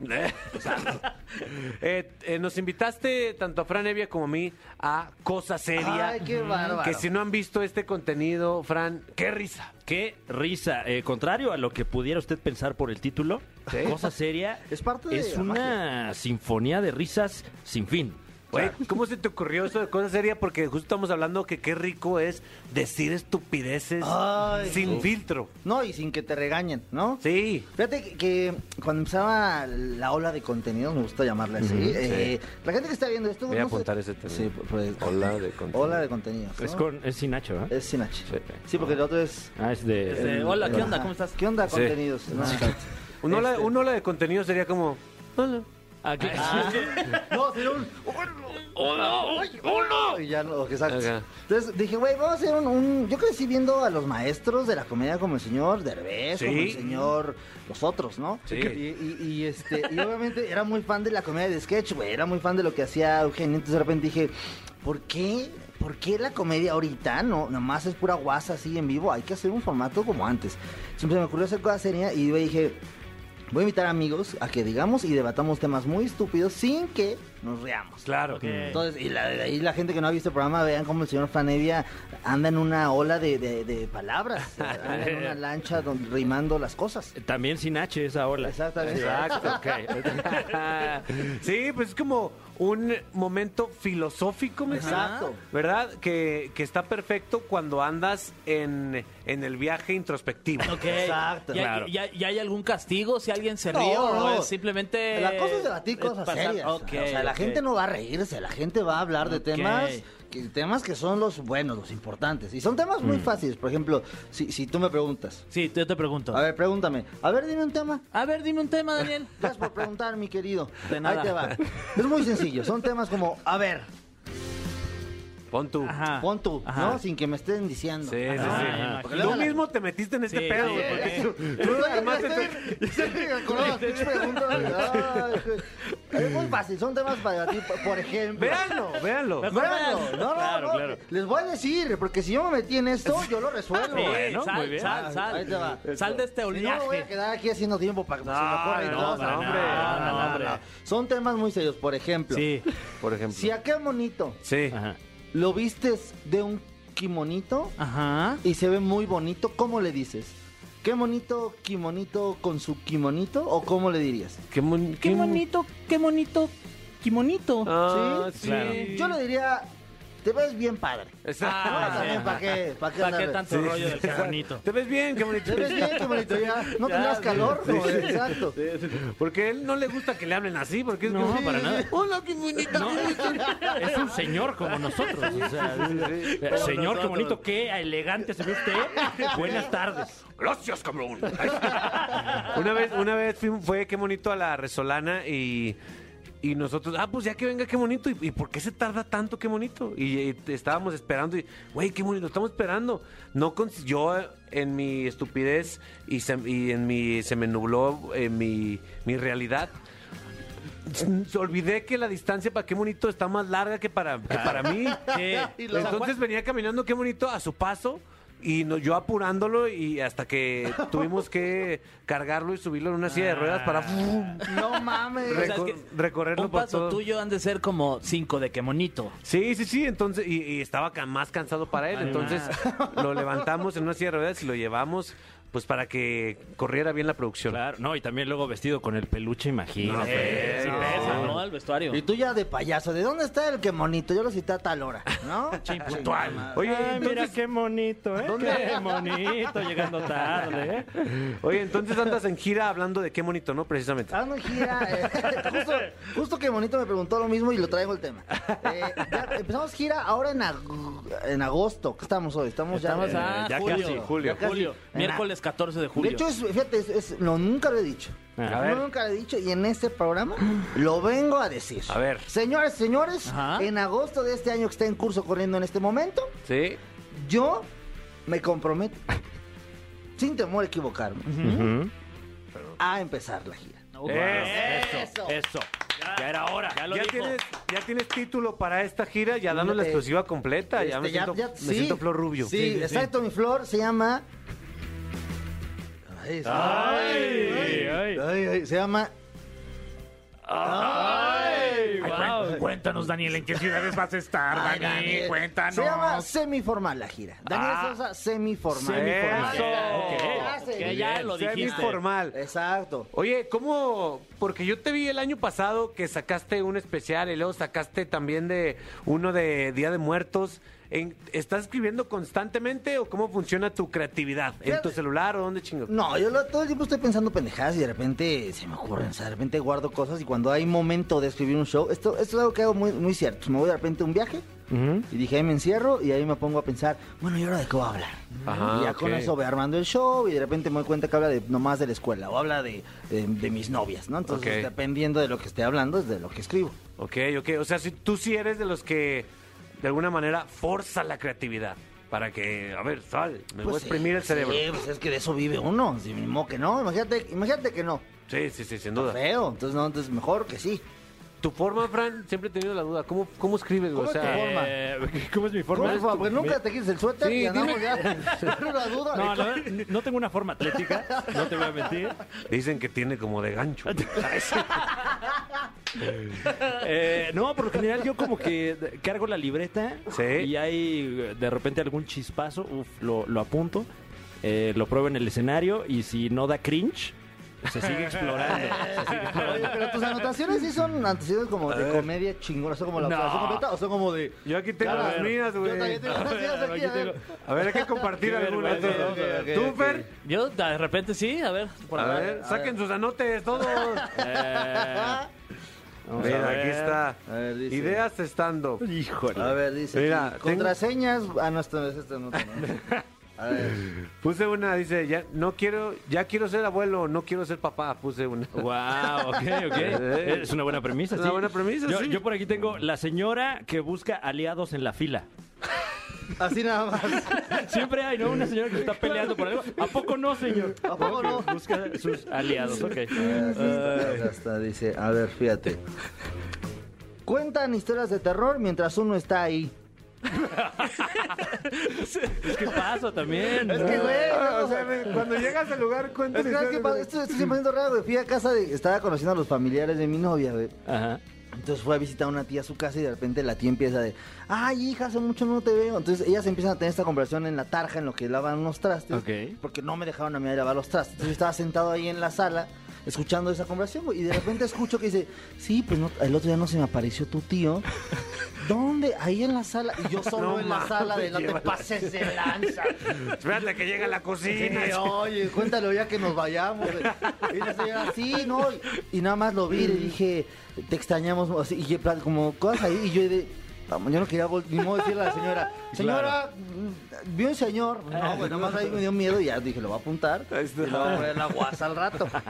Speaker 2: Eh, eh, nos invitaste tanto a Fran Evia como a mí a Cosa Seria.
Speaker 3: Ay, qué bárbaro.
Speaker 2: Que si no han visto este contenido, Fran, qué risa.
Speaker 4: Qué risa. Eh, contrario a lo que pudiera usted pensar por el título, cosa seria.
Speaker 3: Es parte de
Speaker 4: Es
Speaker 3: la
Speaker 4: una
Speaker 3: magia.
Speaker 4: sinfonía de risas sin fin.
Speaker 2: Oye, ¿Cómo se te ocurrió eso de cosa seria? Porque justo estamos hablando que qué rico es decir estupideces
Speaker 3: Ay,
Speaker 2: sin
Speaker 3: sí.
Speaker 2: filtro.
Speaker 3: No, y sin que te regañen, ¿no?
Speaker 2: Sí.
Speaker 3: Fíjate que, que cuando empezaba la ola de contenidos, me gusta llamarla así,
Speaker 10: Ujú,
Speaker 3: eh, la gente que está viendo esto...
Speaker 10: Voy a
Speaker 3: no sé-
Speaker 10: apuntar ese tema.
Speaker 3: Sí, pues...
Speaker 10: Hola de contenido.
Speaker 3: Ola de contenidos.
Speaker 4: Es,
Speaker 3: ¿no?
Speaker 4: con, es sin Nacho, ¿verdad?
Speaker 3: Es sin H.
Speaker 10: Sí.
Speaker 3: Sí, porque el otro es...
Speaker 4: Ah, es de...
Speaker 6: Es de, hola, ¿qué onda? ¿Cómo estás?
Speaker 3: ¿Qué onda
Speaker 10: Sí.
Speaker 3: contenidos? No,
Speaker 2: Un ola, un ola de contenido sería como... Hola.
Speaker 4: Ah, ¿qué?
Speaker 3: no sería un...
Speaker 10: ¡Hola! ¡Hola!
Speaker 3: Y ya no, exacto.
Speaker 10: Ajá.
Speaker 3: Entonces dije, güey, vamos a hacer un, un- Yo crecí viendo a los maestros de la comedia como el señor Derbez, como el
Speaker 2: Sí.
Speaker 3: señor... Los otros, ¿no?
Speaker 10: Sí.
Speaker 3: Y, y- y, este, y obviamente era muy fan de la comedia de sketch, güey. Era muy fan de lo que hacía Eugenio. Entonces de repente dije, ¿por qué? ¿Por qué la comedia ahorita no nomás es pura guasa así en vivo? Hay que hacer un formato como antes. Siempre me ocurrió hacer cosas serias y yo dije, voy a invitar amigos a que digamos y debatamos temas muy estúpidos sin que nos reamos.
Speaker 2: Claro.
Speaker 3: Entonces, y la, y la gente que no ha visto el programa, vean cómo el señor Franevia anda en una ola de, de- de palabras, anda en una lancha don- rimando las cosas.
Speaker 4: También sin H esa ola.
Speaker 3: Exactamente.
Speaker 2: Exacto. [LAUGHS] sí, pues es como un momento filosófico, ¿me entiendes?
Speaker 3: Exacto.
Speaker 2: ¿Verdad? Que, que está perfecto cuando andas en, en el viaje introspectivo.
Speaker 6: Ok.
Speaker 3: [LAUGHS] Exacto.
Speaker 6: ¿Y, hay-
Speaker 3: Claro.
Speaker 6: y hay, y hay algún castigo si alguien se
Speaker 3: No,
Speaker 6: ríe o
Speaker 3: no.
Speaker 6: es simplemente... eh,
Speaker 3: La cosa es debatir cosas
Speaker 6: pasar-
Speaker 3: serias.
Speaker 6: Ok,
Speaker 3: o sea, la
Speaker 6: ok.
Speaker 3: gente no va a reírse, la gente va a hablar de
Speaker 6: Ok.
Speaker 3: temas que, temas que son los buenos, los importantes. Y son temas muy
Speaker 6: Mm.
Speaker 3: fáciles. Por ejemplo, si, si tú me preguntas,
Speaker 6: Sí, yo te pregunto.
Speaker 3: a ver, pregúntame, a ver, dime un tema.
Speaker 6: A ver, dime un tema, Daniel.
Speaker 3: Gracias por preguntar, mi querido.
Speaker 6: De nada.
Speaker 3: Ahí te va. Es muy sencillo. Son temas como, a ver,
Speaker 2: Pon tú.
Speaker 6: Ajá.
Speaker 3: pon tú,
Speaker 6: Ah. Ajá.
Speaker 3: ¿no? Sin que me estén diciendo.
Speaker 2: Sí, sí, sí.
Speaker 6: Ah,
Speaker 3: Porque
Speaker 2: Tú
Speaker 3: luego la-
Speaker 2: mismo te metiste en este
Speaker 6: Sí,
Speaker 2: pedo,
Speaker 6: sí,
Speaker 2: güey, porque
Speaker 6: sí.
Speaker 2: tú- tú armaste tu-
Speaker 3: Es muy fácil, son temas para ti, por- por ejemplo.
Speaker 2: Véanlo, véanlo.
Speaker 3: Véanlo, no, no,
Speaker 4: Claro,
Speaker 3: no,
Speaker 4: claro.
Speaker 3: Les voy a decir, porque si yo me metí en esto, yo lo resuelvo.
Speaker 6: Sí,
Speaker 3: ¿eh?
Speaker 4: Bueno, muy
Speaker 6: sal,
Speaker 4: bien.
Speaker 6: sal, sal.
Speaker 3: Ahí te va.
Speaker 6: Sal de este
Speaker 3: Si no, me voy a
Speaker 6: oleaje.
Speaker 3: quedar aquí haciendo tiempo para que se me ocurra y
Speaker 2: no,
Speaker 3: todo.
Speaker 2: no, hombre,
Speaker 6: no, no, hombre.
Speaker 3: Son temas muy serios, por ejemplo.
Speaker 6: Sí.
Speaker 2: Por ejemplo.
Speaker 3: Si aquel monito
Speaker 2: Sí.
Speaker 4: Ajá.
Speaker 3: lo vistes de un kimonito
Speaker 6: Ajá.
Speaker 3: y se ve muy bonito, ¿cómo le dices? ¿Qué monito kimonito con su kimonito o cómo le dirías?
Speaker 10: ¡Qué, mon- qué mon-
Speaker 6: qué bonito, qué bonito.
Speaker 2: Ah,
Speaker 3: ¿Sí?
Speaker 2: sí.
Speaker 4: Claro.
Speaker 3: Yo le diría, te ves bien padre.
Speaker 2: Exacto.
Speaker 3: Ah,
Speaker 6: sí.
Speaker 3: también, ¿para qué? ¿Para qué,
Speaker 6: ¿Para
Speaker 3: andar?
Speaker 6: qué tanto rollo del qué bonito?
Speaker 2: ¿Te ves bien? Qué bonito.
Speaker 3: Te ves bien, kimonito, ya. No tendrás calor, ¿no? Exacto.
Speaker 2: [LAUGHS] Porque a él no le gusta que le hablen así, porque es
Speaker 4: No,
Speaker 2: que-
Speaker 4: para nada.
Speaker 2: Hola, qué bonito.
Speaker 4: No, es un señor como nosotros. o sea,
Speaker 2: [LAUGHS]
Speaker 4: eh, señor, qué bonito, qué elegante se ve usted. Buenas tardes.
Speaker 2: Gracias, cabrón. [LAUGHS] una vez, una vez fui- fue qué bonito a la Resolana y, y nosotros, ah, pues ya que venga qué bonito. ¿Y, y por qué se tarda tanto qué bonito? Y, y estábamos esperando y, güey, qué bonito, estamos esperando. No cons- yo eh, en mi estupidez y, se- y en mi se me nubló eh, mi, mi realidad. Mm, Se olvidé que la distancia para qué bonito está más larga que para, que para mí.
Speaker 3: Y lo-
Speaker 2: Entonces venía caminando qué bonito a su paso y no- yo apurándolo y
Speaker 6: [LAUGHS]
Speaker 2: hasta que tuvimos que cargarlo y subirlo en una silla de ruedas para ¡fum!
Speaker 3: No mames.
Speaker 6: Ah. sea, Pues es
Speaker 2: recor-
Speaker 6: que
Speaker 2: recorrerlo
Speaker 6: Un
Speaker 2: por
Speaker 6: paso
Speaker 2: todo.
Speaker 6: tuyo han de ser como cinco de qué bonito.
Speaker 2: Sí, sí, sí, entonces y, y estaba ca- más cansado para él, entonces [LAUGHS] lo levantamos en una silla de ruedas y lo llevamos pues para que corriera bien la producción.
Speaker 4: Claro, no, y también luego vestido con el peluche, imagínate.
Speaker 6: Sí, pesa, ¿no? El vestuario.
Speaker 3: Y tú ya de payaso, ¿de dónde está el que monito? Yo lo cité a tal hora,
Speaker 6: [LAUGHS]
Speaker 3: ¿no?
Speaker 2: Puntual. Oye,
Speaker 6: Ah.
Speaker 4: Ay, mira
Speaker 2: entonces,
Speaker 4: qué bonito, ¿eh? Qué bonito, llegando tarde, ¿eh?
Speaker 2: oye, entonces andas en gira hablando de qué bonito, ¿no? Precisamente.
Speaker 3: Ah, no, gira. eh, justo, justo que Monito me preguntó lo mismo y lo traigo el tema. Eh, ya empezamos gira ahora en, ag- en agosto. ¿Qué estamos hoy? Estamos ya.
Speaker 6: Estamos
Speaker 3: en-
Speaker 6: a
Speaker 4: Eh, ya
Speaker 6: julio.
Speaker 4: casi,
Speaker 2: julio.
Speaker 6: Ya casi.
Speaker 3: Ah, Julio.
Speaker 6: Miércoles 14 de
Speaker 3: De
Speaker 6: julio.
Speaker 3: hecho, es- fíjate, es- es- no, nunca lo he dicho.
Speaker 2: A ver.
Speaker 3: Nunca lo he dicho y en
Speaker 2: [GASPS]
Speaker 3: este programa lo vengo a decir.
Speaker 2: A ver.
Speaker 3: Señores, señores,
Speaker 6: Ajá.
Speaker 3: en agosto de este año que está en curso corriendo en este momento,
Speaker 2: Sí.
Speaker 3: yo me comprometo, [LAUGHS] sin temor a equivocarme, ¿eh? a empezar la gira. Este,
Speaker 6: Ok.
Speaker 2: Eh,
Speaker 4: Eso, eso. Ya era hora. Ya lo
Speaker 2: Ya
Speaker 4: dijo.
Speaker 2: tienes, ya tienes título para esta gira, ya danos la
Speaker 3: Eh,
Speaker 2: exclusiva completa. ya me
Speaker 3: Este, ya-
Speaker 2: siento,
Speaker 3: ya-
Speaker 2: me
Speaker 3: sí.
Speaker 2: siento Flor Rubio.
Speaker 3: Sí, exacto, mi flor se llama. Ay, se-
Speaker 4: Ay, ay.
Speaker 3: ay, ay, se llama.
Speaker 4: Ay, wow.
Speaker 11: Cuéntanos, Daniel, ¿en qué ciudades vas a estar,
Speaker 3: Ay,
Speaker 11: Daniel?
Speaker 3: Daniel.
Speaker 11: Cuéntanos.
Speaker 3: Se llama semiformal la gira. Daniel
Speaker 11: Ah.
Speaker 3: Sosa, semiformal.
Speaker 2: Semiformal. Eso.
Speaker 3: Ya se-
Speaker 2: Ok, ya lo dijiste. Semiformal.
Speaker 3: Exacto.
Speaker 2: Oye, ¿cómo? Porque yo te vi el año pasado que sacaste un especial y luego sacaste también de uno de Día de Muertos. En- ¿Estás escribiendo constantemente o cómo funciona tu creatividad? ¿En tu celular o dónde chingo?
Speaker 3: No, yo lo- todo el tiempo estoy pensando pendejadas y de repente se me ocurren, o sea, de repente guardo cosas y cuando hay momento de escribir un show, esto, esto es algo que hago muy, muy cierto. Me voy de repente a un viaje y dije, ahí me encierro y ahí me pongo a pensar, bueno, ¿y ahora de qué voy a hablar?
Speaker 12: Ajá,
Speaker 3: y ya con
Speaker 12: ok.
Speaker 3: eso voy armando el show y de repente me doy cuenta que habla de, nomás de la escuela o habla de, de- de mis novias, ¿no? Entonces,
Speaker 2: Ok.
Speaker 3: dependiendo de lo que esté hablando, es de lo que escribo.
Speaker 2: Ok, ok. O sea, si tú sí eres de los que de alguna manera forza la creatividad para que, a ver, sal, me voy a
Speaker 3: Pues sí,
Speaker 2: exprimir el
Speaker 3: sí,
Speaker 2: cerebro.
Speaker 3: pues es que de eso vive uno, si ni modo que no, imagínate, imagínate que no.
Speaker 2: Sí, sí, sí, sin duda.
Speaker 3: Feo, entonces no, entonces mejor que sí.
Speaker 2: Tu forma, Fran, siempre he tenido la duda. ¿Cómo, cómo escribes? güey?
Speaker 3: ¿Cómo
Speaker 2: o sea, eh,
Speaker 3: es tu forma?
Speaker 4: Eh, ¿Cómo es mi
Speaker 3: ¿Cómo
Speaker 4: forma?
Speaker 3: es tu forma? Pues nunca te quites el suéter
Speaker 4: Sí,
Speaker 3: y andamos
Speaker 4: dime.
Speaker 3: ya. [LAUGHS] No la duda.
Speaker 4: No, la verdad, no tengo una forma atlética, no te voy a mentir.
Speaker 2: Dicen que tiene como de
Speaker 3: [LAUGHS]
Speaker 2: gancho.
Speaker 4: Eh, no, por lo general yo como que cargo la libreta y hay de repente algún chispazo, uf, lo, lo apunto, eh, lo pruebo en el escenario y si no da cringe, se sigue explorando. se sigue explorando.
Speaker 3: Oye, pero tus anotaciones sí son anotaciones como de comedia chingona, son como la
Speaker 4: No.
Speaker 3: operación completa o son como de.
Speaker 2: Yo aquí tengo
Speaker 3: Ya,
Speaker 2: las
Speaker 3: a ver.
Speaker 2: mías, güey.
Speaker 3: Yo también tengo las mías aquí, a ver.
Speaker 2: A ver, hay que
Speaker 3: [LAUGHS]
Speaker 2: compartir algunas. ¿Tú, Fer?
Speaker 6: Yo de repente sí, a ver. por
Speaker 2: A
Speaker 6: acá.
Speaker 2: ver, saquen sus anotes
Speaker 3: [LAUGHS]
Speaker 2: todos.
Speaker 4: Eh,
Speaker 3: vamos
Speaker 2: Mira,
Speaker 3: a ver.
Speaker 2: aquí está.
Speaker 3: A ver, dice-
Speaker 2: Ideas estando.
Speaker 4: Híjole.
Speaker 3: A ver, dice.
Speaker 2: Mira,
Speaker 3: aquí,
Speaker 2: tengo-
Speaker 3: contraseñas. Ah, no, esta no es esta nota.
Speaker 2: [LAUGHS]
Speaker 3: ¿no? A ver.
Speaker 2: Puse una, dice, ya no quiero, ya quiero ser abuelo, no quiero ser papá, puse una.
Speaker 4: Wow, ok, ok.
Speaker 2: Eh.
Speaker 4: Es una buena premisa.
Speaker 2: Es una
Speaker 4: sí.
Speaker 2: buena premisa,
Speaker 4: Yo,
Speaker 2: sí.
Speaker 4: yo por aquí tengo la señora que busca aliados en la fila.
Speaker 3: Así nada más.
Speaker 4: Siempre hay, ¿no? Una señora que se está peleando por algo. ¿A poco no, señor? ¿A
Speaker 3: poco no?
Speaker 4: Busca sus aliados, ok.
Speaker 3: Ya está, dice. A ver, fíjate. Cuentan historias de terror mientras uno está ahí.
Speaker 4: Es que pasa también.
Speaker 3: Es que, güey,
Speaker 2: o sea, cuando llegas al lugar, cuentas
Speaker 3: Ah, Es que, ¿sabes qué pasa? Esto, esto se me hizo raro, güey. Fui a casa de. Estaba conociendo a los familiares de mi novia, güey.
Speaker 4: Ajá.
Speaker 3: Entonces fue a visitar a una tía a su casa y de repente la tía empieza de. Ay, hija, hace mucho no te veo. Entonces ellas empiezan a tener esta conversación en la tarja en lo que lavan unos trastes.
Speaker 4: Ok.
Speaker 3: Porque no me dejaron a mí lavar los trastes. Entonces yo estaba sentado ahí en la sala escuchando esa conversación, güey. Y de repente escucho que dice: Sí, pues no, el otro día no se me apareció
Speaker 2: [LAUGHS]
Speaker 3: tu tío. ¿Dónde? Ahí en la sala. Y yo solo
Speaker 2: No
Speaker 3: en la
Speaker 2: mames,
Speaker 3: sala de no te
Speaker 2: llévala.
Speaker 3: pases de lanza.
Speaker 2: Espérate que llega a la cocina.
Speaker 3: Sí, oye, cuéntalo ya que nos vayamos. Y la señora, sí, no. Y nada más lo vi y le dije, te extrañamos. Así, y en plan, como cosas ahí. Y yo de, "Vamos", yo no quería vol- ni modo decirle a la señora,
Speaker 2: [LAUGHS]
Speaker 3: señora, mm, vi un señor. No, güey, nada más ahí me dio miedo y ya dije, lo voy a apuntar. Y lo voy a poner en la guasa al rato. Ah.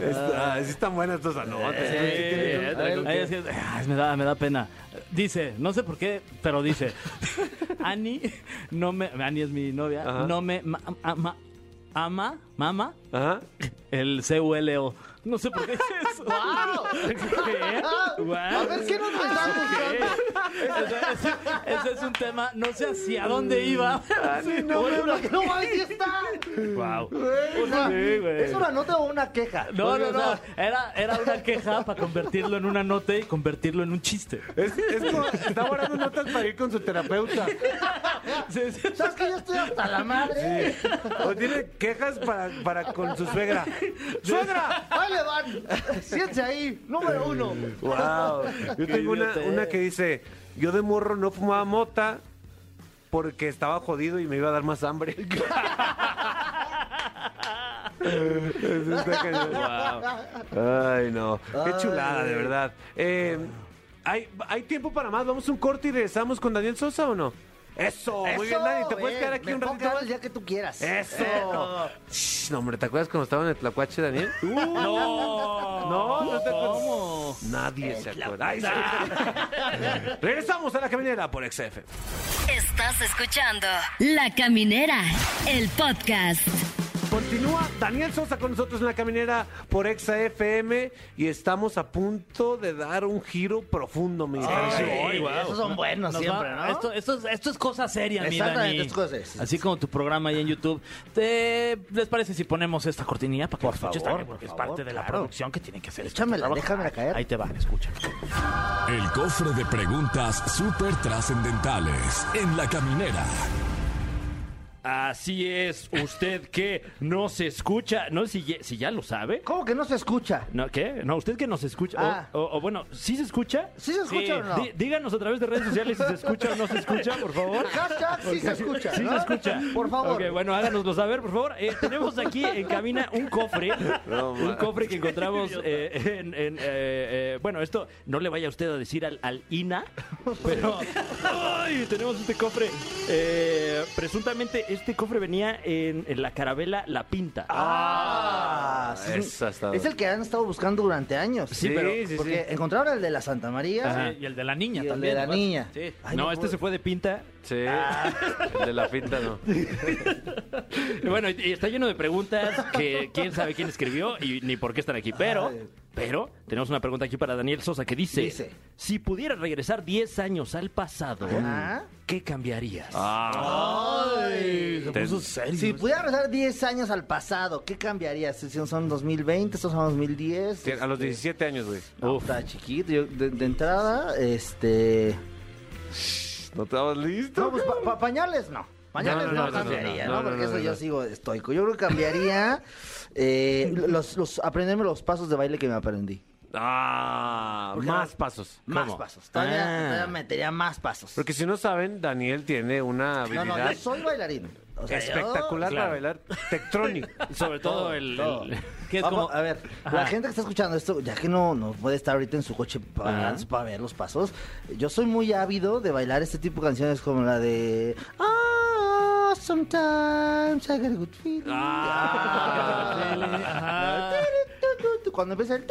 Speaker 2: Está- sí están buenas tus anotes.
Speaker 6: Sí, eh, ay, es que- ay, me, da, me da pena. Dice, no sé por qué, pero
Speaker 3: [LAUGHS]
Speaker 6: dice, Ani, no me, Ani es mi novia,
Speaker 2: Ajá.
Speaker 6: no me ma- ama, ama, mama,
Speaker 2: Ajá.
Speaker 6: el CULO. No sé por qué dice
Speaker 3: [LAUGHS]
Speaker 6: eso.
Speaker 4: ¿Qué?
Speaker 3: A ver, ¿qué nos están buscando?
Speaker 6: Ese, ese es un tema, no sé hacia dónde iba.
Speaker 3: Sí, no,
Speaker 6: Oye,
Speaker 3: no,
Speaker 6: una-
Speaker 3: no, no, ahí sí está.
Speaker 4: Wow.
Speaker 3: Güey, o sea, ¿Es una nota o una queja?
Speaker 6: No, no,
Speaker 3: Porque, o
Speaker 6: no.
Speaker 3: sea,
Speaker 6: Era, era una queja para convertirlo en una nota y convertirlo en un chiste.
Speaker 2: Es, es como- está guardando notas para ir con su terapeuta.
Speaker 3: ¿Sabes que yo estoy hasta la madre?
Speaker 2: O tiene quejas para, para con su suegra.
Speaker 3: ¡Suegra! ¡Ahí le van! Siéntese ahí, número uno.
Speaker 2: Wow. Yo tengo una,
Speaker 3: idiotez.
Speaker 2: una que dice, yo de morro no fumaba mota porque estaba jodido y me iba a dar más hambre. Eso está cañón. Ay, no. Qué
Speaker 1: Ay.
Speaker 2: chulada, de verdad. Eh, ¿hay, hay tiempo para más. Vamos a un corte y regresamos con Daniel Sosa o no? Eso, muy bien, Dani. ¿Te puedes
Speaker 3: eh,
Speaker 2: quedar aquí
Speaker 3: me
Speaker 2: un
Speaker 3: puedo
Speaker 2: ratito?
Speaker 3: quedar el día que tú quieras.
Speaker 2: Eso.
Speaker 3: Eso.
Speaker 2: Shh, no, hombre, ¿te acuerdas cuando estaba en el tlacuache, Daniel?
Speaker 6: No,
Speaker 2: No, no te acuerdas.
Speaker 6: ¿Cómo?
Speaker 2: Nadie se acuerda. Ay, sí. Regresamos a la caminera por XF.
Speaker 5: Estás escuchando La Caminera, el podcast.
Speaker 2: Continúa Daniel Sosa con nosotros en la caminera por Exa FM y estamos a punto de dar un giro profundo, mi Dani.
Speaker 3: sí, Ay, wow. esos son buenos
Speaker 6: Nos
Speaker 3: siempre, ¿no?
Speaker 6: Esto, esto es, esto es cosa seria, mi
Speaker 3: Exactamente,
Speaker 6: Dani.
Speaker 3: esto es cosa seria, sí,
Speaker 6: Así como tu programa ahí en YouTube. ¿Te- ¿Les parece si ponemos esta cortinilla para que por
Speaker 3: favor,
Speaker 6: Porque
Speaker 3: por
Speaker 6: es parte
Speaker 3: favor,
Speaker 6: de la
Speaker 3: claro.
Speaker 6: producción que tiene que hacer. este
Speaker 3: Échamela,
Speaker 6: trabajo.
Speaker 3: déjamela caer.
Speaker 6: Ahí te va, escucha.
Speaker 1: El cofre de preguntas súper trascendentales en la caminera.
Speaker 4: Así es, usted que no se escucha, no sé si, ye- si ya lo sabe.
Speaker 3: ¿Cómo que no
Speaker 6: [LAUGHS]
Speaker 3: se escucha?
Speaker 4: No, ¿Qué? No, usted que nos escucha. o-
Speaker 3: Ah.
Speaker 4: O, o bueno, ¿sí se escucha?
Speaker 3: ¿Sí se escucha o no?
Speaker 4: Dí- díganos a través de redes sociales si se escucha o no se escucha, por favor.
Speaker 3: Hashtag sí se
Speaker 4: Porque-
Speaker 3: escucha,
Speaker 4: Sí
Speaker 3: ¿no?
Speaker 4: se escucha.
Speaker 3: Por favor.
Speaker 4: Ok, bueno, háganoslo saber, por favor. Eh, tenemos aquí en cabina un cofre. un cofre que encontramos eh, en. en, eh, eh, bueno, esto no le vaya usted a decir al, al INA, pero. ¡Ay! Tenemos este cofre. eh, presuntamente, este cofre venía en, en la carabela La Pinta.
Speaker 3: Ah, sí, es un-
Speaker 10: esa está-
Speaker 3: es el que han estado buscando durante años.
Speaker 4: Sí, Sí, pero- sí,
Speaker 3: porque
Speaker 4: sí.
Speaker 3: encontraron el de la Santa María.
Speaker 4: Ajá.
Speaker 6: Y el de la niña
Speaker 3: Y el
Speaker 6: también.
Speaker 3: de la
Speaker 6: ¿no?
Speaker 3: niña.
Speaker 6: Sí.
Speaker 3: Ay,
Speaker 4: no,
Speaker 3: no
Speaker 4: este
Speaker 3: puedo.
Speaker 4: se fue de pinta.
Speaker 10: Sí, el de la pinta no.
Speaker 4: Y Bueno, y- y está lleno de preguntas que quién sabe quién escribió y ni por qué están aquí. Pero, pero tenemos una pregunta aquí para Daniel Sosa que dice:
Speaker 3: Dice.
Speaker 4: Si pudieras regresar 10 años al pasado,
Speaker 3: Ajá.
Speaker 4: ¿qué cambiarías?
Speaker 2: Ah,
Speaker 3: Ay,
Speaker 10: Ten-
Speaker 3: Si pudiera regresar 10 años al pasado, ¿qué cambiaría? Si son 2020, estos son 2010.
Speaker 10: Tien- A los 17 años, güey.
Speaker 3: No, Está chiquito. Yo, de, de entrada, este.
Speaker 10: ¿No estabas listo?
Speaker 3: No, pues pa- pa- pañales no. Pañales
Speaker 10: No,
Speaker 3: no,
Speaker 10: no, no, no,
Speaker 3: cambiaría,
Speaker 10: no,
Speaker 3: ¿no?
Speaker 10: no, no,
Speaker 3: Porque
Speaker 10: no, no,
Speaker 3: eso yo
Speaker 10: no.
Speaker 3: sigo estoico. Yo creo que cambiaría eh, los, los- aprenderme los pasos de baile que me aprendí.
Speaker 10: Ah,
Speaker 3: Porque
Speaker 2: Más
Speaker 3: era-
Speaker 2: pasos.
Speaker 3: Más
Speaker 2: ¿Cómo?
Speaker 3: pasos. Todavía,
Speaker 2: Ah.
Speaker 3: todavía metería más pasos.
Speaker 2: Porque si no saben, Daniel tiene una
Speaker 3: No,
Speaker 2: habilidad
Speaker 3: no, yo soy bailarín. O sea, yo-
Speaker 2: espectacular
Speaker 4: Claro.
Speaker 2: para bailar Tectronic.
Speaker 3: [LAUGHS]
Speaker 4: Sobre todo
Speaker 3: Todo,
Speaker 4: el.
Speaker 3: todo.
Speaker 4: el-
Speaker 6: Que es
Speaker 3: Ah,
Speaker 6: como-
Speaker 3: pa- A ver, la gente que está escuchando esto, ya que no, no puede estar ahorita en su coche para,
Speaker 4: Ajá.
Speaker 3: para ver los pasos, yo soy muy ávido de bailar este tipo de canciones como la de... Ah, sometimes I get a good feeling. [LAUGHS]
Speaker 4: Ah.
Speaker 3: Ah. Cuando empieza el...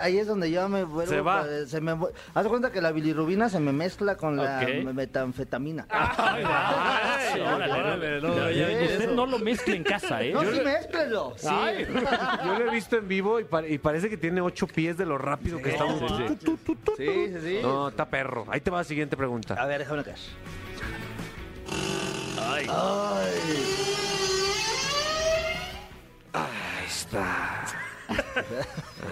Speaker 3: Ahí es donde yo me vuelvo...
Speaker 2: Se va.
Speaker 3: pues, se me vu- Haz de cuenta que la bilirrubina se me mezcla con la
Speaker 4: Ok. Ah,
Speaker 3: metanfetamina.
Speaker 4: Ay, ay, órale, órale, no,
Speaker 3: Ya,
Speaker 4: ya,
Speaker 3: ya,
Speaker 4: Usted
Speaker 3: eso.
Speaker 4: no lo mezcle en casa, ¿eh?
Speaker 3: No, sí, mézclenlo. Sí.
Speaker 4: Ay.
Speaker 2: Yo lo he visto en vivo y, pare- y parece que tiene ocho pies de lo rápido que está.
Speaker 10: sí,
Speaker 2: Tu, tu, tu, tu, tu.
Speaker 3: Sí, sí, Ah. sí.
Speaker 2: No, está perro. Ahí te va la siguiente
Speaker 3: A
Speaker 2: pregunta.
Speaker 3: ver, déjame caer.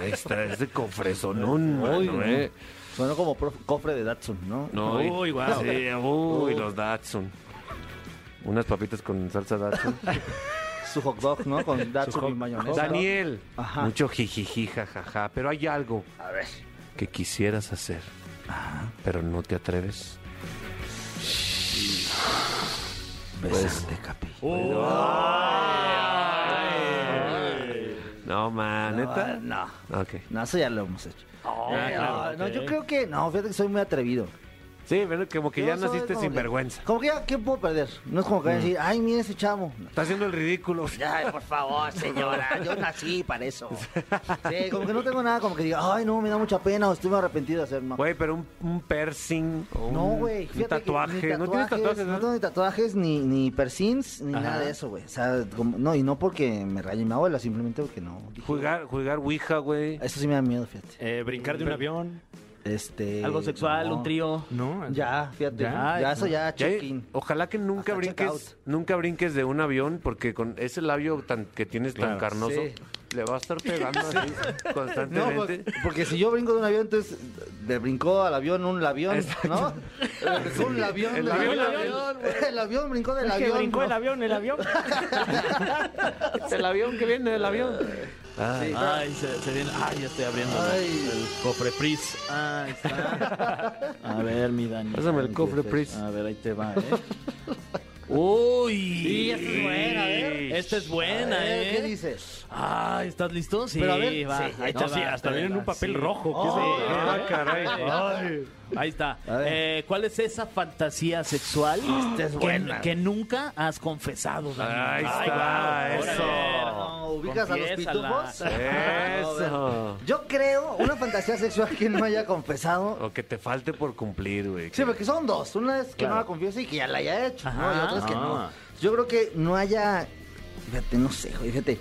Speaker 2: Ahí está, ese cofresonón, mano, eh.
Speaker 3: Sonó como prof- cofre de Datsun, ¿no? uh,
Speaker 10: No, y-
Speaker 4: Uy, guau.
Speaker 10: sí, uy, los Datsun. Unas papitas con salsa Datsun.
Speaker 3: Su hot dog, ¿no?
Speaker 2: [LAUGHS]
Speaker 3: Con Datsun y mayonesa.
Speaker 2: Daniel,
Speaker 3: Ajá.
Speaker 2: mucho jijiji, jajaja, pero hay algo
Speaker 3: A ver.
Speaker 10: que quisieras hacer, pero no te atreves.
Speaker 3: Besarte, Capi.
Speaker 10: No, man, neta.
Speaker 3: No,
Speaker 10: Ok.
Speaker 3: no, eso ya lo hemos hecho.
Speaker 2: Oh,
Speaker 3: Eh, no, no, yo creo que... No, fíjate que soy muy atrevido.
Speaker 2: Sí, pero como que
Speaker 3: Yo
Speaker 2: ya
Speaker 3: soy
Speaker 2: naciste
Speaker 3: como
Speaker 2: sin
Speaker 3: que-
Speaker 2: vergüenza. Mm.
Speaker 3: Como que ya, ¿qué puedo perder? No es como que vayan a decir, ay, mira ese chavo.
Speaker 2: Está haciendo el ridículo.
Speaker 3: Ay, por favor, señora, yo nací para eso. Sí, como que no tengo nada, como que diga, ay, no, me da mucha pena, o estoy muy arrepentido de hacerlo.
Speaker 2: Güey, pero un, un piercing, o
Speaker 3: No,
Speaker 2: un-
Speaker 3: güey.
Speaker 2: un
Speaker 3: fíjate que
Speaker 2: tatuaje.
Speaker 3: ni
Speaker 2: No tienes tatuajes,
Speaker 3: No
Speaker 2: ¿no?
Speaker 3: tengo ni tatuajes, ni, ni persins, ni nada de eso, güey. O sea, como- no, y no porque me raye mi abuela, simplemente porque no.
Speaker 2: Jugar, jugar Ouija, güey.
Speaker 3: Eso sí me da miedo, fíjate.
Speaker 4: Eh, brincar de un avión.
Speaker 3: Este.
Speaker 6: Algo sexual,
Speaker 3: no.
Speaker 6: un trío.
Speaker 4: No,
Speaker 3: Ya, fíjate.
Speaker 4: Ya.
Speaker 3: Ya, eso ya,
Speaker 2: Ya,
Speaker 3: check-in.
Speaker 2: Ojalá que nunca
Speaker 3: Hasta
Speaker 2: brinques,
Speaker 3: check-out.
Speaker 2: nunca brinques de un avión, porque con ese labio tan, que tienes
Speaker 4: Claro.
Speaker 2: tan carnoso, le va a estar pegando
Speaker 3: [LAUGHS]
Speaker 2: así
Speaker 3: No,
Speaker 2: constantemente.
Speaker 3: porque, porque si yo brinco de un avión, entonces le brincó al avión un lavión,
Speaker 2: [LAUGHS]
Speaker 3: ¿no? un lavión.
Speaker 2: El
Speaker 3: del
Speaker 2: avión,
Speaker 3: avión,
Speaker 2: el
Speaker 3: [LAUGHS] El avión brincó del
Speaker 4: que
Speaker 3: avión.
Speaker 4: brincó
Speaker 3: ¿no?
Speaker 4: el avión, el avión.
Speaker 3: pues,
Speaker 2: El avión que viene, el avión.
Speaker 3: Sí, pero-
Speaker 6: Ay, se, se viene. Ay, ya estoy abriendo
Speaker 3: Ay.
Speaker 6: el, el cofre Pris.
Speaker 3: ah,
Speaker 6: Ahí
Speaker 2: [LAUGHS]
Speaker 6: está. A ver, mi Dani.
Speaker 2: Pásame el cofre, Pris.
Speaker 6: A ver, ahí te va, ¿eh? Uy.
Speaker 3: Sí, esta es buena, a ver.
Speaker 6: Esta es buena,
Speaker 3: A ver,
Speaker 6: ¿eh?
Speaker 3: ¿Qué dices?
Speaker 6: Ay, ¿estás listo? Sí,
Speaker 3: Pero a ver,
Speaker 6: va.
Speaker 3: sí,
Speaker 6: ahí te
Speaker 4: No,
Speaker 6: va,
Speaker 4: sí, hasta
Speaker 6: te
Speaker 4: viene en
Speaker 6: va,
Speaker 4: un papel
Speaker 6: sí.
Speaker 4: rojo. ¿Qué
Speaker 3: Oh.
Speaker 4: es eso?
Speaker 2: Ah, caray.
Speaker 6: Ahí está.
Speaker 3: A ver.
Speaker 6: Eh, ¿Cuál es esa fantasía
Speaker 3: [GASPS]
Speaker 6: sexual
Speaker 3: es
Speaker 6: que,
Speaker 3: buena.
Speaker 6: que nunca has confesado, Dani?
Speaker 2: Ahí está,
Speaker 6: guau,
Speaker 2: eso.
Speaker 6: órale.
Speaker 3: No, ubicas a los
Speaker 6: Confiésala. [LAUGHS]
Speaker 3: [LAUGHS] pitufos.
Speaker 2: Eso.
Speaker 3: Yo creo una fantasía sexual que no haya confesado.
Speaker 2: O que te falte por cumplir, güey.
Speaker 3: Sí, porque son dos. Una es que no la confiesa y que ya la haya hecho, ¿no? Y
Speaker 6: Ajá.
Speaker 3: otra es que no.
Speaker 4: Ah.
Speaker 3: Yo creo que no haya Fíjate, no sé, güey, fíjate.